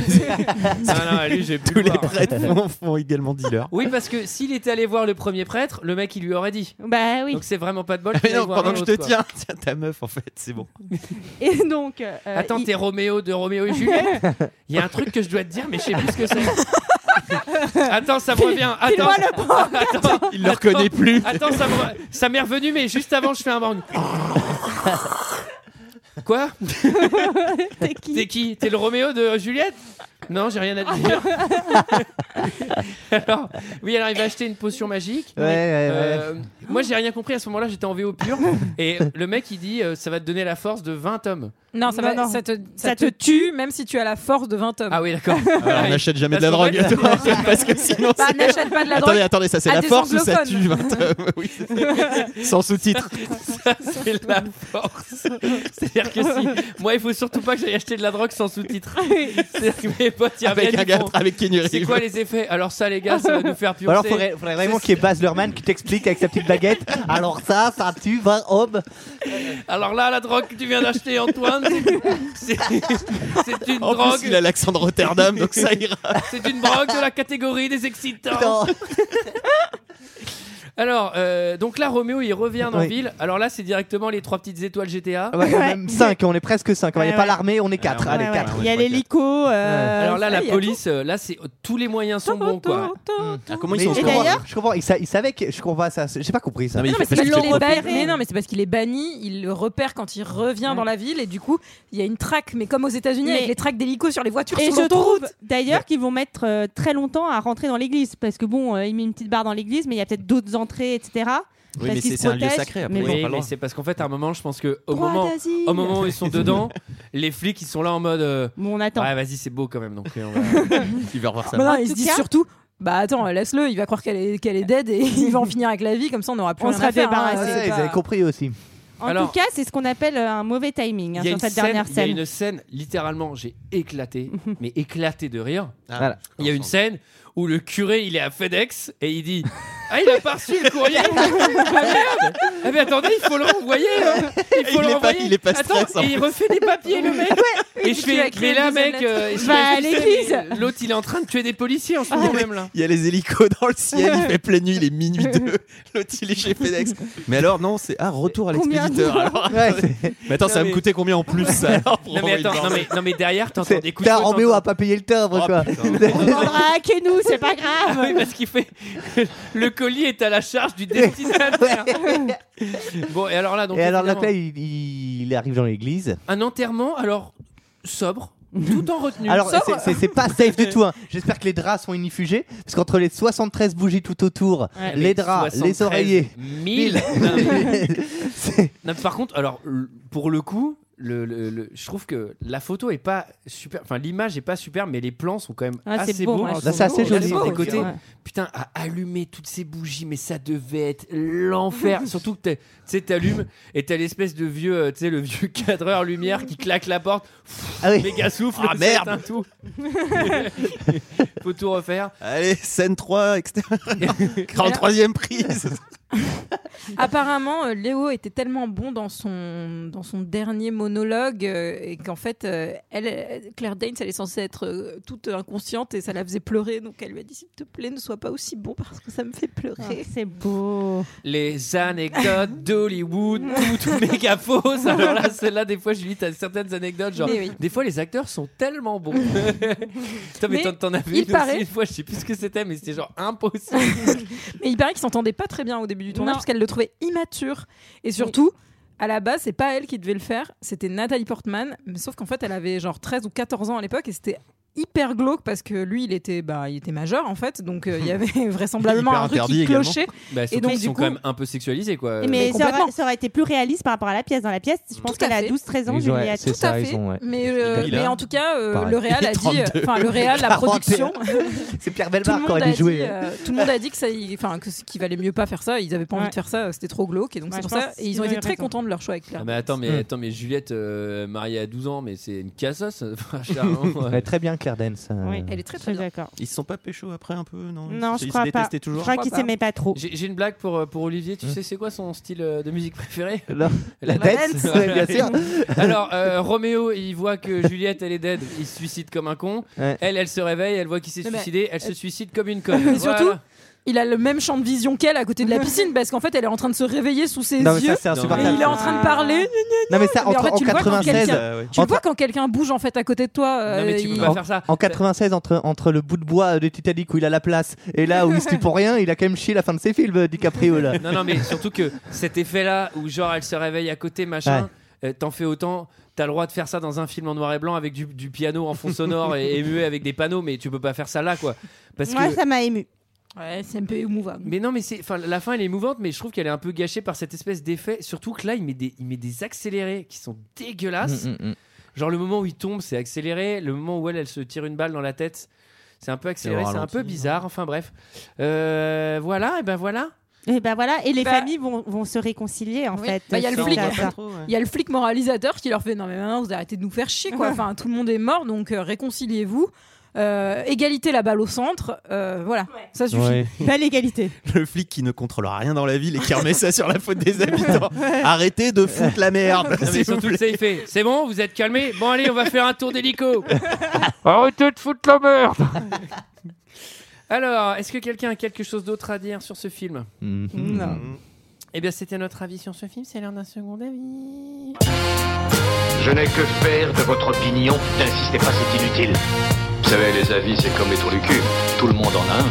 non, lui, j'ai plus Tous le les voir. prêtres font, font également dealer. Oui, parce que s'il était allé voir le premier prêtre, le mec il lui aurait dit. Bah oui. Donc c'est vraiment pas de bol. Ah, Mais qu'il aille non, voir pendant un que je te autre, quoi. tiens, tiens ta meuf en fait, c'est bon. Et donc. euh, Attends, il- t'es Roméo de Roméo et Juliette Il y a un truc que je dois te dire, mais je sais plus ce que c'est. Attends, ça me revient. Attends, File-moi le pan. attends, Il le reconnaît plus. attends, ça me re- ça m'est revenu, mais juste avant, je fais un bang. Quoi T'es qui T'es qui T'es le Roméo de euh, Juliette Non, j'ai rien à te dire. alors, oui, alors il va acheter une potion magique. Ouais, ouais, ouais. Euh, Moi, j'ai rien compris à ce moment-là, j'étais en VO pur. Et le mec, il dit euh, ça va te donner la force de 20 hommes. Non, ça, Non, va- non. ça te, ça Ça te te tue même si tu as la force de 20 hommes. Ah oui, d'accord. Alors, on Ouais. n'achète jamais de la Parce drogue, qu'en fait, toi, parce que sinon. Bah, c'est- n'achète pas de la drogue. Attendez, attendez, ça c'est à la des force ou ça anglophones. tue 20 hommes Oui, c'est- Sans sous-titres. Ça, c'est la force. C'est-à-dire que si. Moi, il faut surtout pas que j'aille acheter de la drogue sans sous-titres. C'est-à-dire que mes potes, ils Avec reviennent, un ils gars, font, avec Kenny C'est Reeves. quoi les effets Alors, ça, les gars, ça va nous faire purger. Ou alors, faudrait, faudrait vraiment qu'il y ait Baz Luhrmann qui t'explique avec sa petite baguette. Alors, ça, ça tue 20 hommes. Alors là, la drogue que tu viens d'acheter, Antoine, c'est c'est une En drogue. plus, il a l'accent de Rotterdam, donc ça ira. C'est une drogue de la catégorie des excitants. Putain. Alors, euh, donc là, Roméo, il revient en Oui. ville. Alors là, c'est directement les trois petites étoiles GTA. Ouais, Même 5, on est presque 5. Il n'y a Ouais, pas ouais. l'armée, on est 4. Ouais, Allez, Ouais, ouais. 4. Il y a l'hélico. euh, Alors là, ah, la il y a police, euh, là, c'est tous les moyens sont bons, quoi. Ah, comment Mm. Mais je Et comprends, d'ailleurs- je comprends, il, sa- il savait que je comprends pas ça, c'est- j'ai pas compris ça. Non, mais il Non, mais fait c'est parce parce qu'il que est c'est- banni. Bah, Mais non, mais c'est parce qu'il est banni. Il le repère quand il revient dans la ville et du coup, il y a une traque. Mais comme aux États-Unis, Mais- avec les traques d'hélico sur les voitures, Et sur je trouve l'autoroute. d'ailleurs qu'ils vont mettre euh, très longtemps à rentrer dans l'église parce que bon, euh, il met une petite barre dans l'église, mais il y a peut-être d'autres entrées, etc. Oui, parce mais qu'ils c'est- se c'est un lieu protègent, sacré, après, mais ils bon. ont pas Oui, le mais droit. c'est parce qu'un fait, à un moment, je pense que au Droit moment, d'asile. au moment où ils sont dedans, les flics, ils sont là en mode. euh, Bon, on attend. Ouais, vas-y, c'est beau quand même. Donc, euh, on va- Il va revoir ça. Bah non, En ils se tout disent cas- surtout. Bah attends, laisse-le, il va croire qu'elle est, qu'elle est dead et il va en finir avec la vie, comme ça on aura plus On rien sera à faire, hein, débarrassé. c'est Ah, Ouais, ils pas- avaient compris aussi. En Alors- tout cas, c'est ce qu'on appelle euh, un mauvais timing hein, Il y a sur une cette scène- dernière il y a scène. une scène, littéralement, j'ai éclaté, mais éclaté de rire. Ah, Voilà. Il y a une scène où le curé il est à FedEx et il dit Ah, il a pas reçu le courrier Ah merde Ah, mais attendez, il faut le renvoyer hein. Il faut Il le est pas- renvoyer il est pas Attends, stress, en et il refait des papiers, le mec Et je tu vas fais écrire Mais une là, deuxième mec, euh, je Va fais, à je sais, l'église. mais L'autre il est en train de tuer des policiers en ce moment même là Il y a les hélicos dans le ciel, il fait pleine nuit, il est minuit 2. L'autre, il est chez FedEx. Mais alors, non, c'est. Ah, retour à Combien auditeur. alors. Ouais, mais attends, ça va me coûter combien en plus ça alors, pour Non mais envoyer attends, le non bordel mais, non mais derrière t'entends hein. C'est- des coups de Putain, feu, Roméo a pas payé le timbre, quoi. Faudra que nous, c'est pas Ah oui, grave. parce qu'il fait. Le colis est à la charge du destinataire. bon, et alors là, donc. Et alors, la évidemment, plaie, il, il- il arrive dans l'église. Un enterrement, alors, sobre, tout en retenue. Alors, Sobre. Ah, c'est- c'est- c'est pas safe du tout. hein. J'espère que les draps sont inifugés. Parce qu'entre les 73 bougies tout autour, Ouais, mais les draps, 73 les oreillers. 1000 Non, mais- Non, mais Par contre, alors, l- pour le coup. Le, le- le- je trouve que la photo est pas super, enfin l'image est pas super, mais les plans sont quand même Ah, c'est assez beau, beaux. ouais, Ils je sont trouve. Bah, C'est assez beaux, joli. ils sont des Ouais. côtés. Ouais. Putain, à allumer toutes ces bougies, mais ça devait être l'enfer. Surtout que t'es- tu sais, t'allumes et t'as l'espèce de vieux, euh, tu sais, le vieux cadreur lumière qui claque la porte. Pff, Méga souffle. Ah, merde. s'éteint tout. Faut tout refaire. Allez, scène 3, etc. 43ème prise. Apparemment, euh, Léo était tellement bon dans son, dans son dernier monologue euh, et qu'en fait, euh, elle, euh, Claire Danes, elle est censée être euh, toute inconsciente et ça la faisait pleurer. Donc elle lui a dit S'il te plaît, ne sois pas aussi bon parce que ça me fait pleurer. Ah, c'est Euh, beau. Les anecdotes d'Hollywood, toutes méga fausses. Alors là, celle-là, des fois, Julie, t'as certaines anecdotes. Genre, Mais oui. des fois, les acteurs sont tellement bons. Putain, mais Mais t'en- t'en as vu il une aussi paraît- une fois, je sais plus ce que c'était, mais c'était genre impossible. Mais il paraît qu'ils s'entendaient pas très bien au début du tournage Non. parce qu'elle le trouvait immature. Et surtout, à la base, c'est pas elle qui devait le faire, c'était Nathalie Portman. Mais sauf qu'en fait, elle avait genre 13 ou 14 ans à l'époque et c'était hyper glauque parce que lui il était bah il était majeur en fait donc euh, il y avait vraisemblablement Hyper un truc interdit qui également. clochait Bah, et surtout donc qu'ils du sont coup quand même un peu sexualisés, quoi. Mais, ça, complètement. Mmh. aurait, ça aurait été plus réaliste par rapport à la pièce. Dans la pièce, je pense qu'elle a 12-13 ans, Ils ont- ouais, Juliette. c'est Tout à ça, ils fait. ont, ouais. mais, euh, Il a- mais en tout cas euh, Pareil. le Real a dit euh, enfin le Real la 41. production C'est Pierre tout le Belmar qui monde aurait a dû dit, jouer. euh, tout le monde a dit que ça, y- enfin que ce- qu'il valait mieux pas faire ça. Ils avaient pas envie Ouais. de faire ça, euh, c'était trop glauque et donc Ouais, c'est je pour ça. pense Et ils ont qu'ils été ont eu très raison. contents de leur choix avec Ah, Claire. mais attends, mais, Hmm. attends, mais Juliette, euh, mariée à 12 ans, mais c'est une cassos, franchement. Ouais, très bien, Claire Danes. euh. elle est très très bien. d'accord. Ils se sont pas pécho après un peu, Non, non Mmh. Ils se- je ils crois se pas. détestaient toujours. Je crois qu'ils s'aimaient pas trop. J'ai j'ai une blague pour, euh, pour Olivier. Hmm. Tu sais, c'est quoi son style euh, de musique préféré La, dance, ouais, bien sûr. Alors, euh, Roméo, il voit que Juliette, elle est dead. Il se suicide comme un con. Ouais. Elle, elle se réveille, elle voit qu'il s'est Mais suicidé. Elle, se suicide comme une conne. Mais surtout, Voilà. il a le même champ de vision qu'elle à côté de la piscine parce qu'en fait elle est en train de se réveiller sous ses Non, mais ça, yeux. c'est et insupportable. il est en train de parler. Non, mais ça, Mais en entre- fait, en tu le vois quand 96. quelqu'un- euh, Tu le entre- vois quand quelqu'un bouge en fait à côté de toi. euh, il- en, en 96, entre, entre le bout de bois de Titanic où il a la place et là où il se tue pour rien, il a quand même chié la fin de ses films, euh, DiCaprio. Là. Non, non, mais surtout que cet effet-là, où genre elle se réveille à côté, machin, euh, t'en fais autant. T'as le droit de faire ça dans un film en noir et blanc avec du, du piano en fond sonore et, et muet avec des panneaux, mais tu peux pas faire ça là, quoi. Parce Moi, que... ça m'a ému. Ouais, c'est un peu émouvant. Mais non, mais c'est, enfin, la fin elle est émouvante, mais je trouve qu'elle est un peu gâchée par cette espèce d'effet. Surtout que là, il met des, il met des accélérés qui sont Ah, dégueulasses. Mm, mm, mm. Genre le moment où il tombe, c'est accéléré. Le moment où elle, elle se tire une balle dans la tête, c'est un peu accéléré. au C'est un ralenti, peu bizarre. Enfin bref, Euh, voilà. Et ben voilà. Et ben voilà, et les Bah- familles vont, vont se réconcilier en Oui. fait. Bah, il y a le suite flic. à ça. Il y a le flic moralisateur qui leur fait non mais maintenant vous arrêtez de nous faire chier quoi. Enfin tout le monde est mort donc euh, réconciliez-vous. Euh, égalité la balle au centre. Euh, voilà ça suffit. Ouais. Belle égalité. Le flic qui ne contrôle rien dans la ville et qui remet ça sur la faute des habitants. Arrêtez de foutre la merde. Non, mais s'il vous surtout, ça, il fait. C'est bon, vous êtes calmés. Bon allez, on va faire un tour d'hélico. Arrêtez de foutre la merde. Alors, est-ce que quelqu'un a quelque chose d'autre à dire sur ce film Mm-hmm. Eh bien, c'était notre avis sur ce film. C'est l'heure d'un second avis. Je n'ai que faire de votre opinion. N'insistez pas, c'est inutile. Vous savez, les avis, c'est comme les trous du cul. Tout le monde en a un.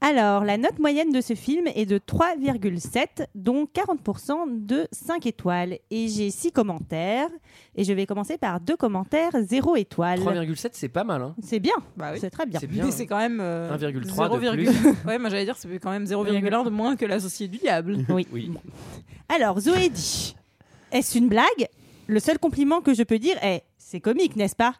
Alors, la note moyenne de ce film est de 3,7, dont 40% de 5 étoiles. Et j'ai 6 commentaires. Et je vais commencer par deux commentaires 0 étoiles. 3,7, c'est pas mal. Hein. C'est bien, Bah oui. c'est très bien. C'est bien. Mais c'est quand même euh, 1,3 de 0,1. plus. Ouais, moi j'allais dire c'est quand même 0,1 de moins que l'associé du diable. Oui. Oui. Alors, Zoé dit Est-ce une blague Le seul compliment que je peux dire est C'est comique, n'est-ce pas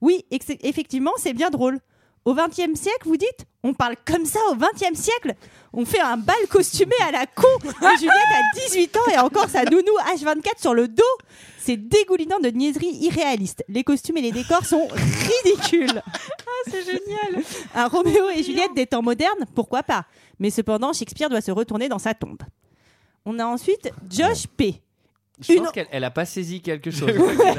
Oui, ex- effectivement, c'est bien drôle. Au XXe siècle, vous dites On parle comme ça au XXe siècle On fait un bal costumé à la con Et Juliette a 18 ans et encore sa nounou H24 sur le dos C'est dégoulinant de niaiseries irréalistes. Les costumes et les décors sont ridicules C'est génial. un Roméo et Juliette des temps modernes, pourquoi pas Mais cependant, Shakespeare doit se retourner dans sa tombe. On a ensuite Josh P. Je pense qu'elle elle a pas saisi quelque chose.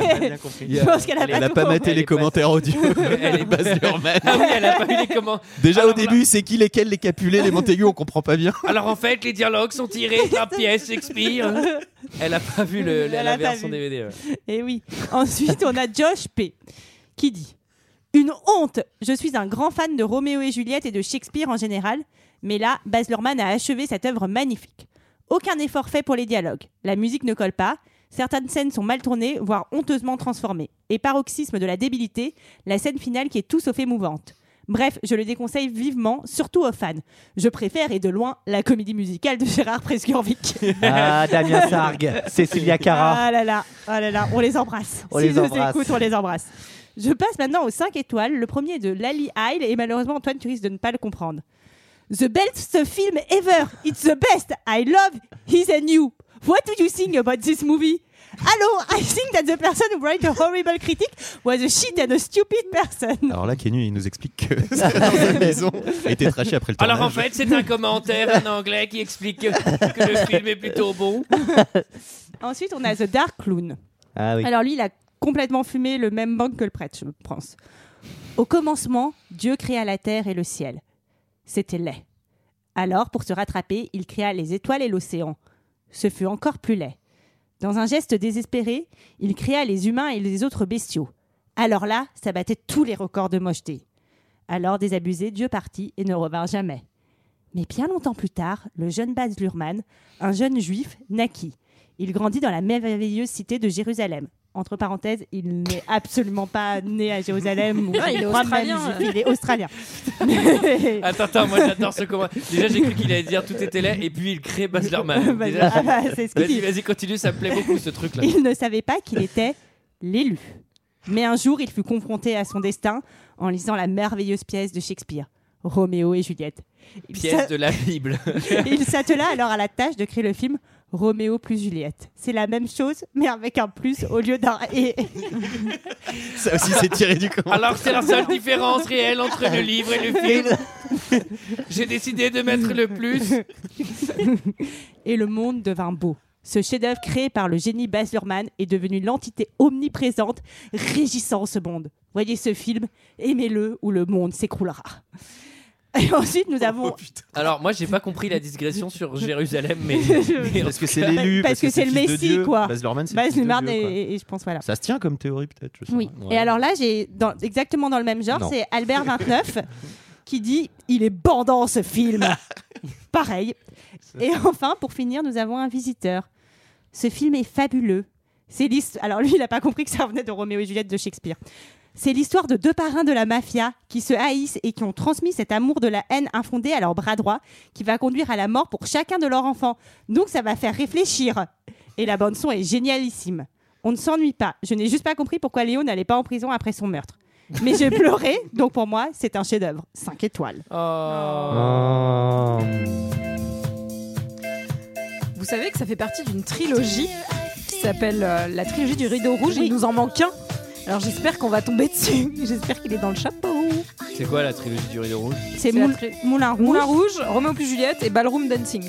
Je pense qu'elle a Elle pas a tout pas maté compris. les commentaires audio de Baz Luhrmann. Ah oui, elle a pas eu les commentaires. Déjà au début, c'est qui, lesquels, les Capulets, les Montaigu, on comprend pas bien. Alors en fait, les dialogues sont tirés d'un pièce Shakespeare. Elle a pas vu le, la, Elle la a pas version vu. DVD. ouais. Et Eh oui. Ensuite, on a Josh P. qui dit Une honte Je suis un grand fan de Roméo et Juliette et de Shakespeare en général, mais là, Baz Luhrmann a achevé cette œuvre magnifique. Aucun effort fait pour les dialogues. La musique ne colle pas. Certaines scènes sont mal tournées, voire honteusement transformées. Et paroxysme de la débilité, la scène finale qui est tout sauf émouvante. Bref, je le déconseille vivement, surtout aux fans. Je préfère, et de loin, la comédie musicale de Gérard Prescurvic. Ah, Damien Sargue, Cécilia Cara. Ah là là, ah là là, on les embrasse. On S'ils les nous embrasse. écoutent, on les embrasse. Je passe maintenant aux 5 étoiles. Le premier de Lali Heil, et malheureusement, Antoine, tu risques de ne pas le comprendre. The best film ever. It's the best. I love his and you. What do you think about this movie? Hello, I think that the person who wrote the horrible critic was a shit and a stupid person. Alors là, Kenu, il nous explique que dans sa maison a été trashée après le tournage. Alors en fait, c'est un commentaire en anglais qui explique que, que le film est plutôt bon. Ensuite, on a The Dark Clown. Ah oui. Alors lui, il a complètement fumé le même banc que le prêtre, je pense. Au commencement, Dieu créa la terre et le ciel. C'était laid. Alors, pour se rattraper, il créa les étoiles et l'océan. Ce fut encore plus laid. Dans un geste désespéré, il créa les humains et les autres bestiaux. Alors là, ça battait tous les records de mocheté. Alors, désabusé, Dieu partit et ne revint jamais. Mais bien longtemps plus tard, le jeune Baz Luhrmann, un jeune juif, naquit. Il grandit dans la merveilleuse cité de Jérusalem. Entre parenthèses, il n'est absolument pas né à Jérusalem. ou Ah, il est je crois même australien. juif, il est australien. Attends, attends, moi j'adore ce commentaire. Déjà, j'ai cru qu'il allait dire tout était laid et puis il crée Baz Luhrmann. Baz- Déjà, ah bah, c'est ce qu'il Vas-y, dit. vas-y, continue, ça me plaît beaucoup ce truc-là. Il ne savait pas qu'il était l'élu. Mais un jour, il fut confronté à son destin en lisant la merveilleuse pièce de Shakespeare, Roméo et Juliette. Il Pièce s'a- de la Bible. Il s'attela alors à la tâche de créer le film Roméo plus Juliette. C'est la même chose, mais avec un plus au lieu d'un et. Ça aussi, c'est tiré du commentaire. Alors c'est la seule différence réelle entre le livre et le film. J'ai décidé de mettre le plus. et le monde devint beau. Ce chef-d'œuvre créé par le génie Baz Luhrmann est devenu l'entité omniprésente régissant ce monde. Voyez ce film, aimez-le ou le monde s'écroulera. Et ensuite, nous avons. Alors moi j'ai pas compris la digression sur Jérusalem, mais, mais en Parce que tout c'est cas- l'élu. parce que c'est le fils de Messie, Dieu. quoi. Baz Luhrmann, c'est le Baz fils de Luhrmann Dieu, quoi. et, et je pense voilà. Ça se tient comme théorie, peut-être. je sais Oui. pas. Et Ouais. alors là, j'ai dans- exactement dans le même genre, Non. c'est Albert 29 qui dit il est bandant ce film. Pareil. Et enfin, pour finir, nous avons un visiteur. Ce film est fabuleux. C'est l'histoire. Alors lui, il n'a pas compris que ça venait de Roméo et Juliette de Shakespeare. C'est l'histoire de deux parrains de la mafia qui se haïssent et qui ont transmis cet amour de la haine infondée à leur bras droit, qui va conduire à la mort pour chacun de leurs enfants. Donc ça va faire réfléchir. Et la bande son est génialissime. On ne s'ennuie pas. Je n'ai juste pas compris pourquoi Léo n'allait pas en prison après son meurtre. Mais j'ai pleuré, donc pour moi, c'est un chef-d'œuvre. 5 étoiles. Oh. Oh. Vous savez que ça fait partie d'une trilogie qui s'appelle euh, la trilogie du rideau rouge. Il nous en manque un. Alors j'espère qu'on va tomber dessus. J'espère qu'il est dans le chapeau. C'est quoi la trilogie du rideau rouge C'est la Moul- tri- Moulin Rouge. Moulin Rouge, Roméo plus Juliette et Ballroom Dancing.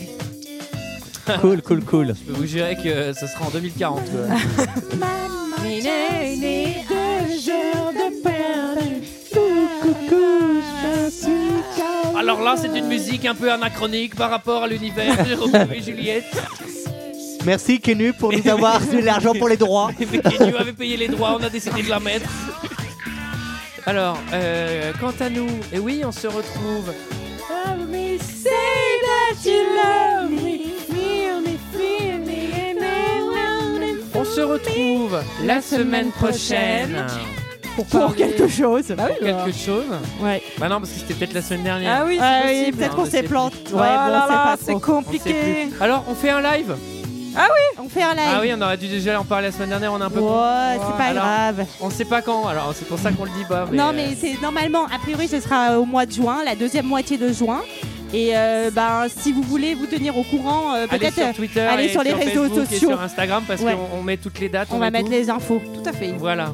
Cool, cool, cool. Je peux vous jurer que ce sera en 2040. Il est né de Alors là, c'est une musique un peu anachronique par rapport à l'univers de Roméo et Juliette. Merci Kenu pour nous avoir donné l'argent pour les droits. Kenyu avait payé les droits, on a décidé de la mettre. Alors, euh, quant à nous, et oui, on se retrouve. On se retrouve la semaine prochaine. Pour, quelque chose. Bah oui, Pour quelque chose Ouais. Bah non, parce que c'était peut-être la semaine dernière. Ah oui, c'est Ah oui, possible. peut-être On qu'on Oh ne s'est sait planté. plus. Ouais, bon, on sait pas c'est trop. compliqué. On sait plus. Alors, on fait un live Ah oui On fait un live. Ah oui, on aurait dû déjà en parler la semaine dernière, on a un peu. Ouais, con. c'est pas Alors, grave. On sait pas quand, alors c'est pour ça qu'on le dit pas. non, euh, mais c'est normalement, a priori, ce sera au mois de juin, la deuxième moitié de juin. Et euh, ben, si vous voulez vous tenir au courant, euh, Allez peut-être sur Twitter, euh, allez et sur les réseaux Facebook et sociaux. sur Instagram parce Ouais. qu'on on met toutes les dates. on met va mettre tout. les infos. Tout à fait. Voilà.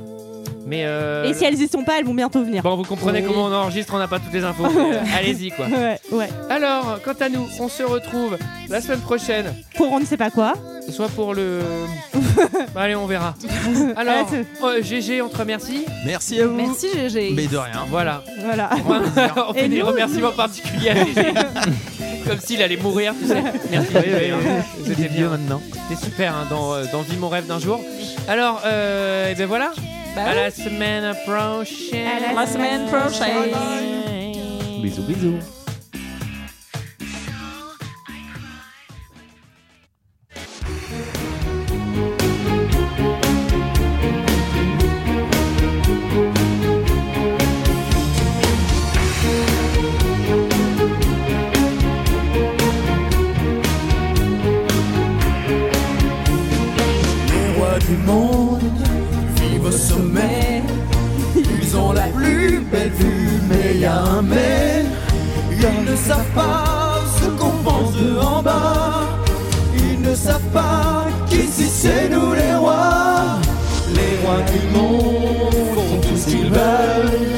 Mais euh, Et si Oh. elles y sont pas, elles vont bientôt venir. Bon, vous comprenez comment on enregistre, on n'a pas toutes les infos. Euh, Allez-y quoi. Ouais, ouais. Alors, quant à nous, on se retrouve la semaine prochaine. Pour on ne sait pas quoi. Soit pour le. Bah, allez, on verra. Alors, euh, GG, on te remercie. Merci à vous. Merci GG. Mais de rien. Voilà. Voilà. on fait Et des nous, remerciements nous- particuliers à GG. Comme s'il allait mourir, tu sais. Merci. Oui, GG, hein. oui, oui. Il C'était est bien. vieux maintenant. C'était super hein, dans, euh, dans Vie mon rêve d'un jour. Alors, euh, et ben voilà. Bah à la semaine prochaine. Ah À la semaine prochaine. Bisous, bisous. Les rois du monde vivent au sommet. Ils ont la plus belle vue, mais y a un mais. Ils ne savent pas ce qu'on pense de en bas. Ils ne savent pas qu'ici c'est nous les rois. Les rois du monde font tout ce qu'ils veulent.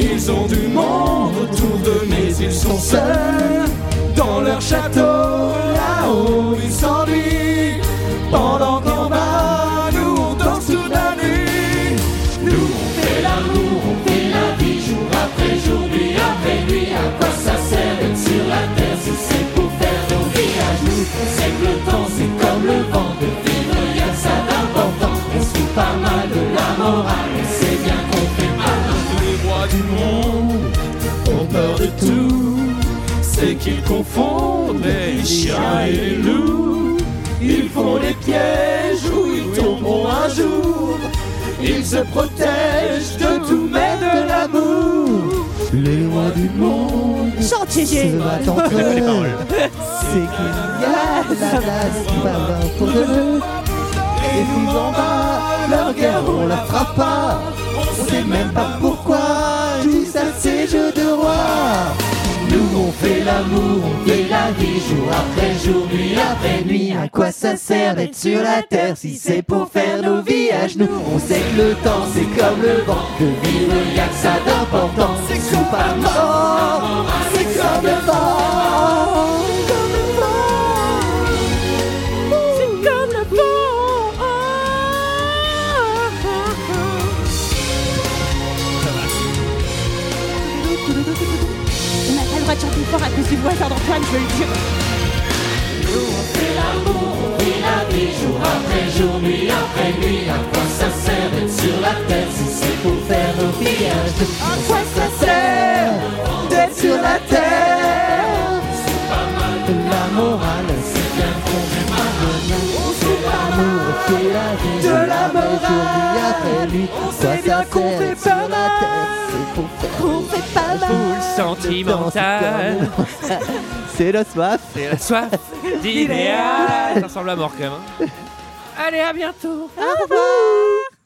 Ils ont du monde autour d'eux, mais ils sont seuls. Dans leur château, là-haut, ils s'ennuient. Pendant qu'en bas, nous on danse toute la nuit. Nous on fait l'amour, on fait la vie, jour après jour, nuit après nuit. À quoi ça sert d'être sur la terre si c'est pour faire nos vies à genoux C'est que le temps, c'est comme le vent, de vivre, y a que ça d'important. On se fout pas mal de la morale, on sait bien qu'on fait mal. Les rois du monde ont peur de tout, c'est qu'ils confondent les chiens et les loups. Ils font les pièges où ils tomberont un jour. Ils se protègent de tout, mais de l'amour. Les rois du monde. Chante Gégé. se battent entre Connais pas les eux. paroles. C'est qu'il y a de la place pas loin pour eux. Et nous en bas, leur guerre on la fera pas. On sait même pas pourquoi. Tout ça c'est jeu de roi. Nous on fait l'amour, on fait la vie jour après jour, nuit après nuit. À quoi ça sert d'être sur la terre si c'est pour faire nos vies à genoux On sait que le temps c'est comme le vent, de vivre y a que ça d'important. C'est pas mort, c'est comme le vent. C'est comme le Ah, On n'a pas le droit de chanter fort à cause du voisin d'Antoine, je veux le dire. C'est l'amour, on vit la vie jour après jour, nuit après nuit. À quoi ça sert d'être sur la terre si c'est pour faire nos villages À quoi ça sert d'être sur la terre C'est pas mal de la morale, c'est bien qu'on est malheureux. C'est l'amour, on fait la vie de la morale. Nuit après nuit, on sait bien qu'on fait pas la terre. C'est pour faire qu'on fait pas Boule sentimentale. C'est la soif. C'est la soif d'idéal. Ça ressemble à mort quand même. hein. Allez, à bientôt. Au revoir.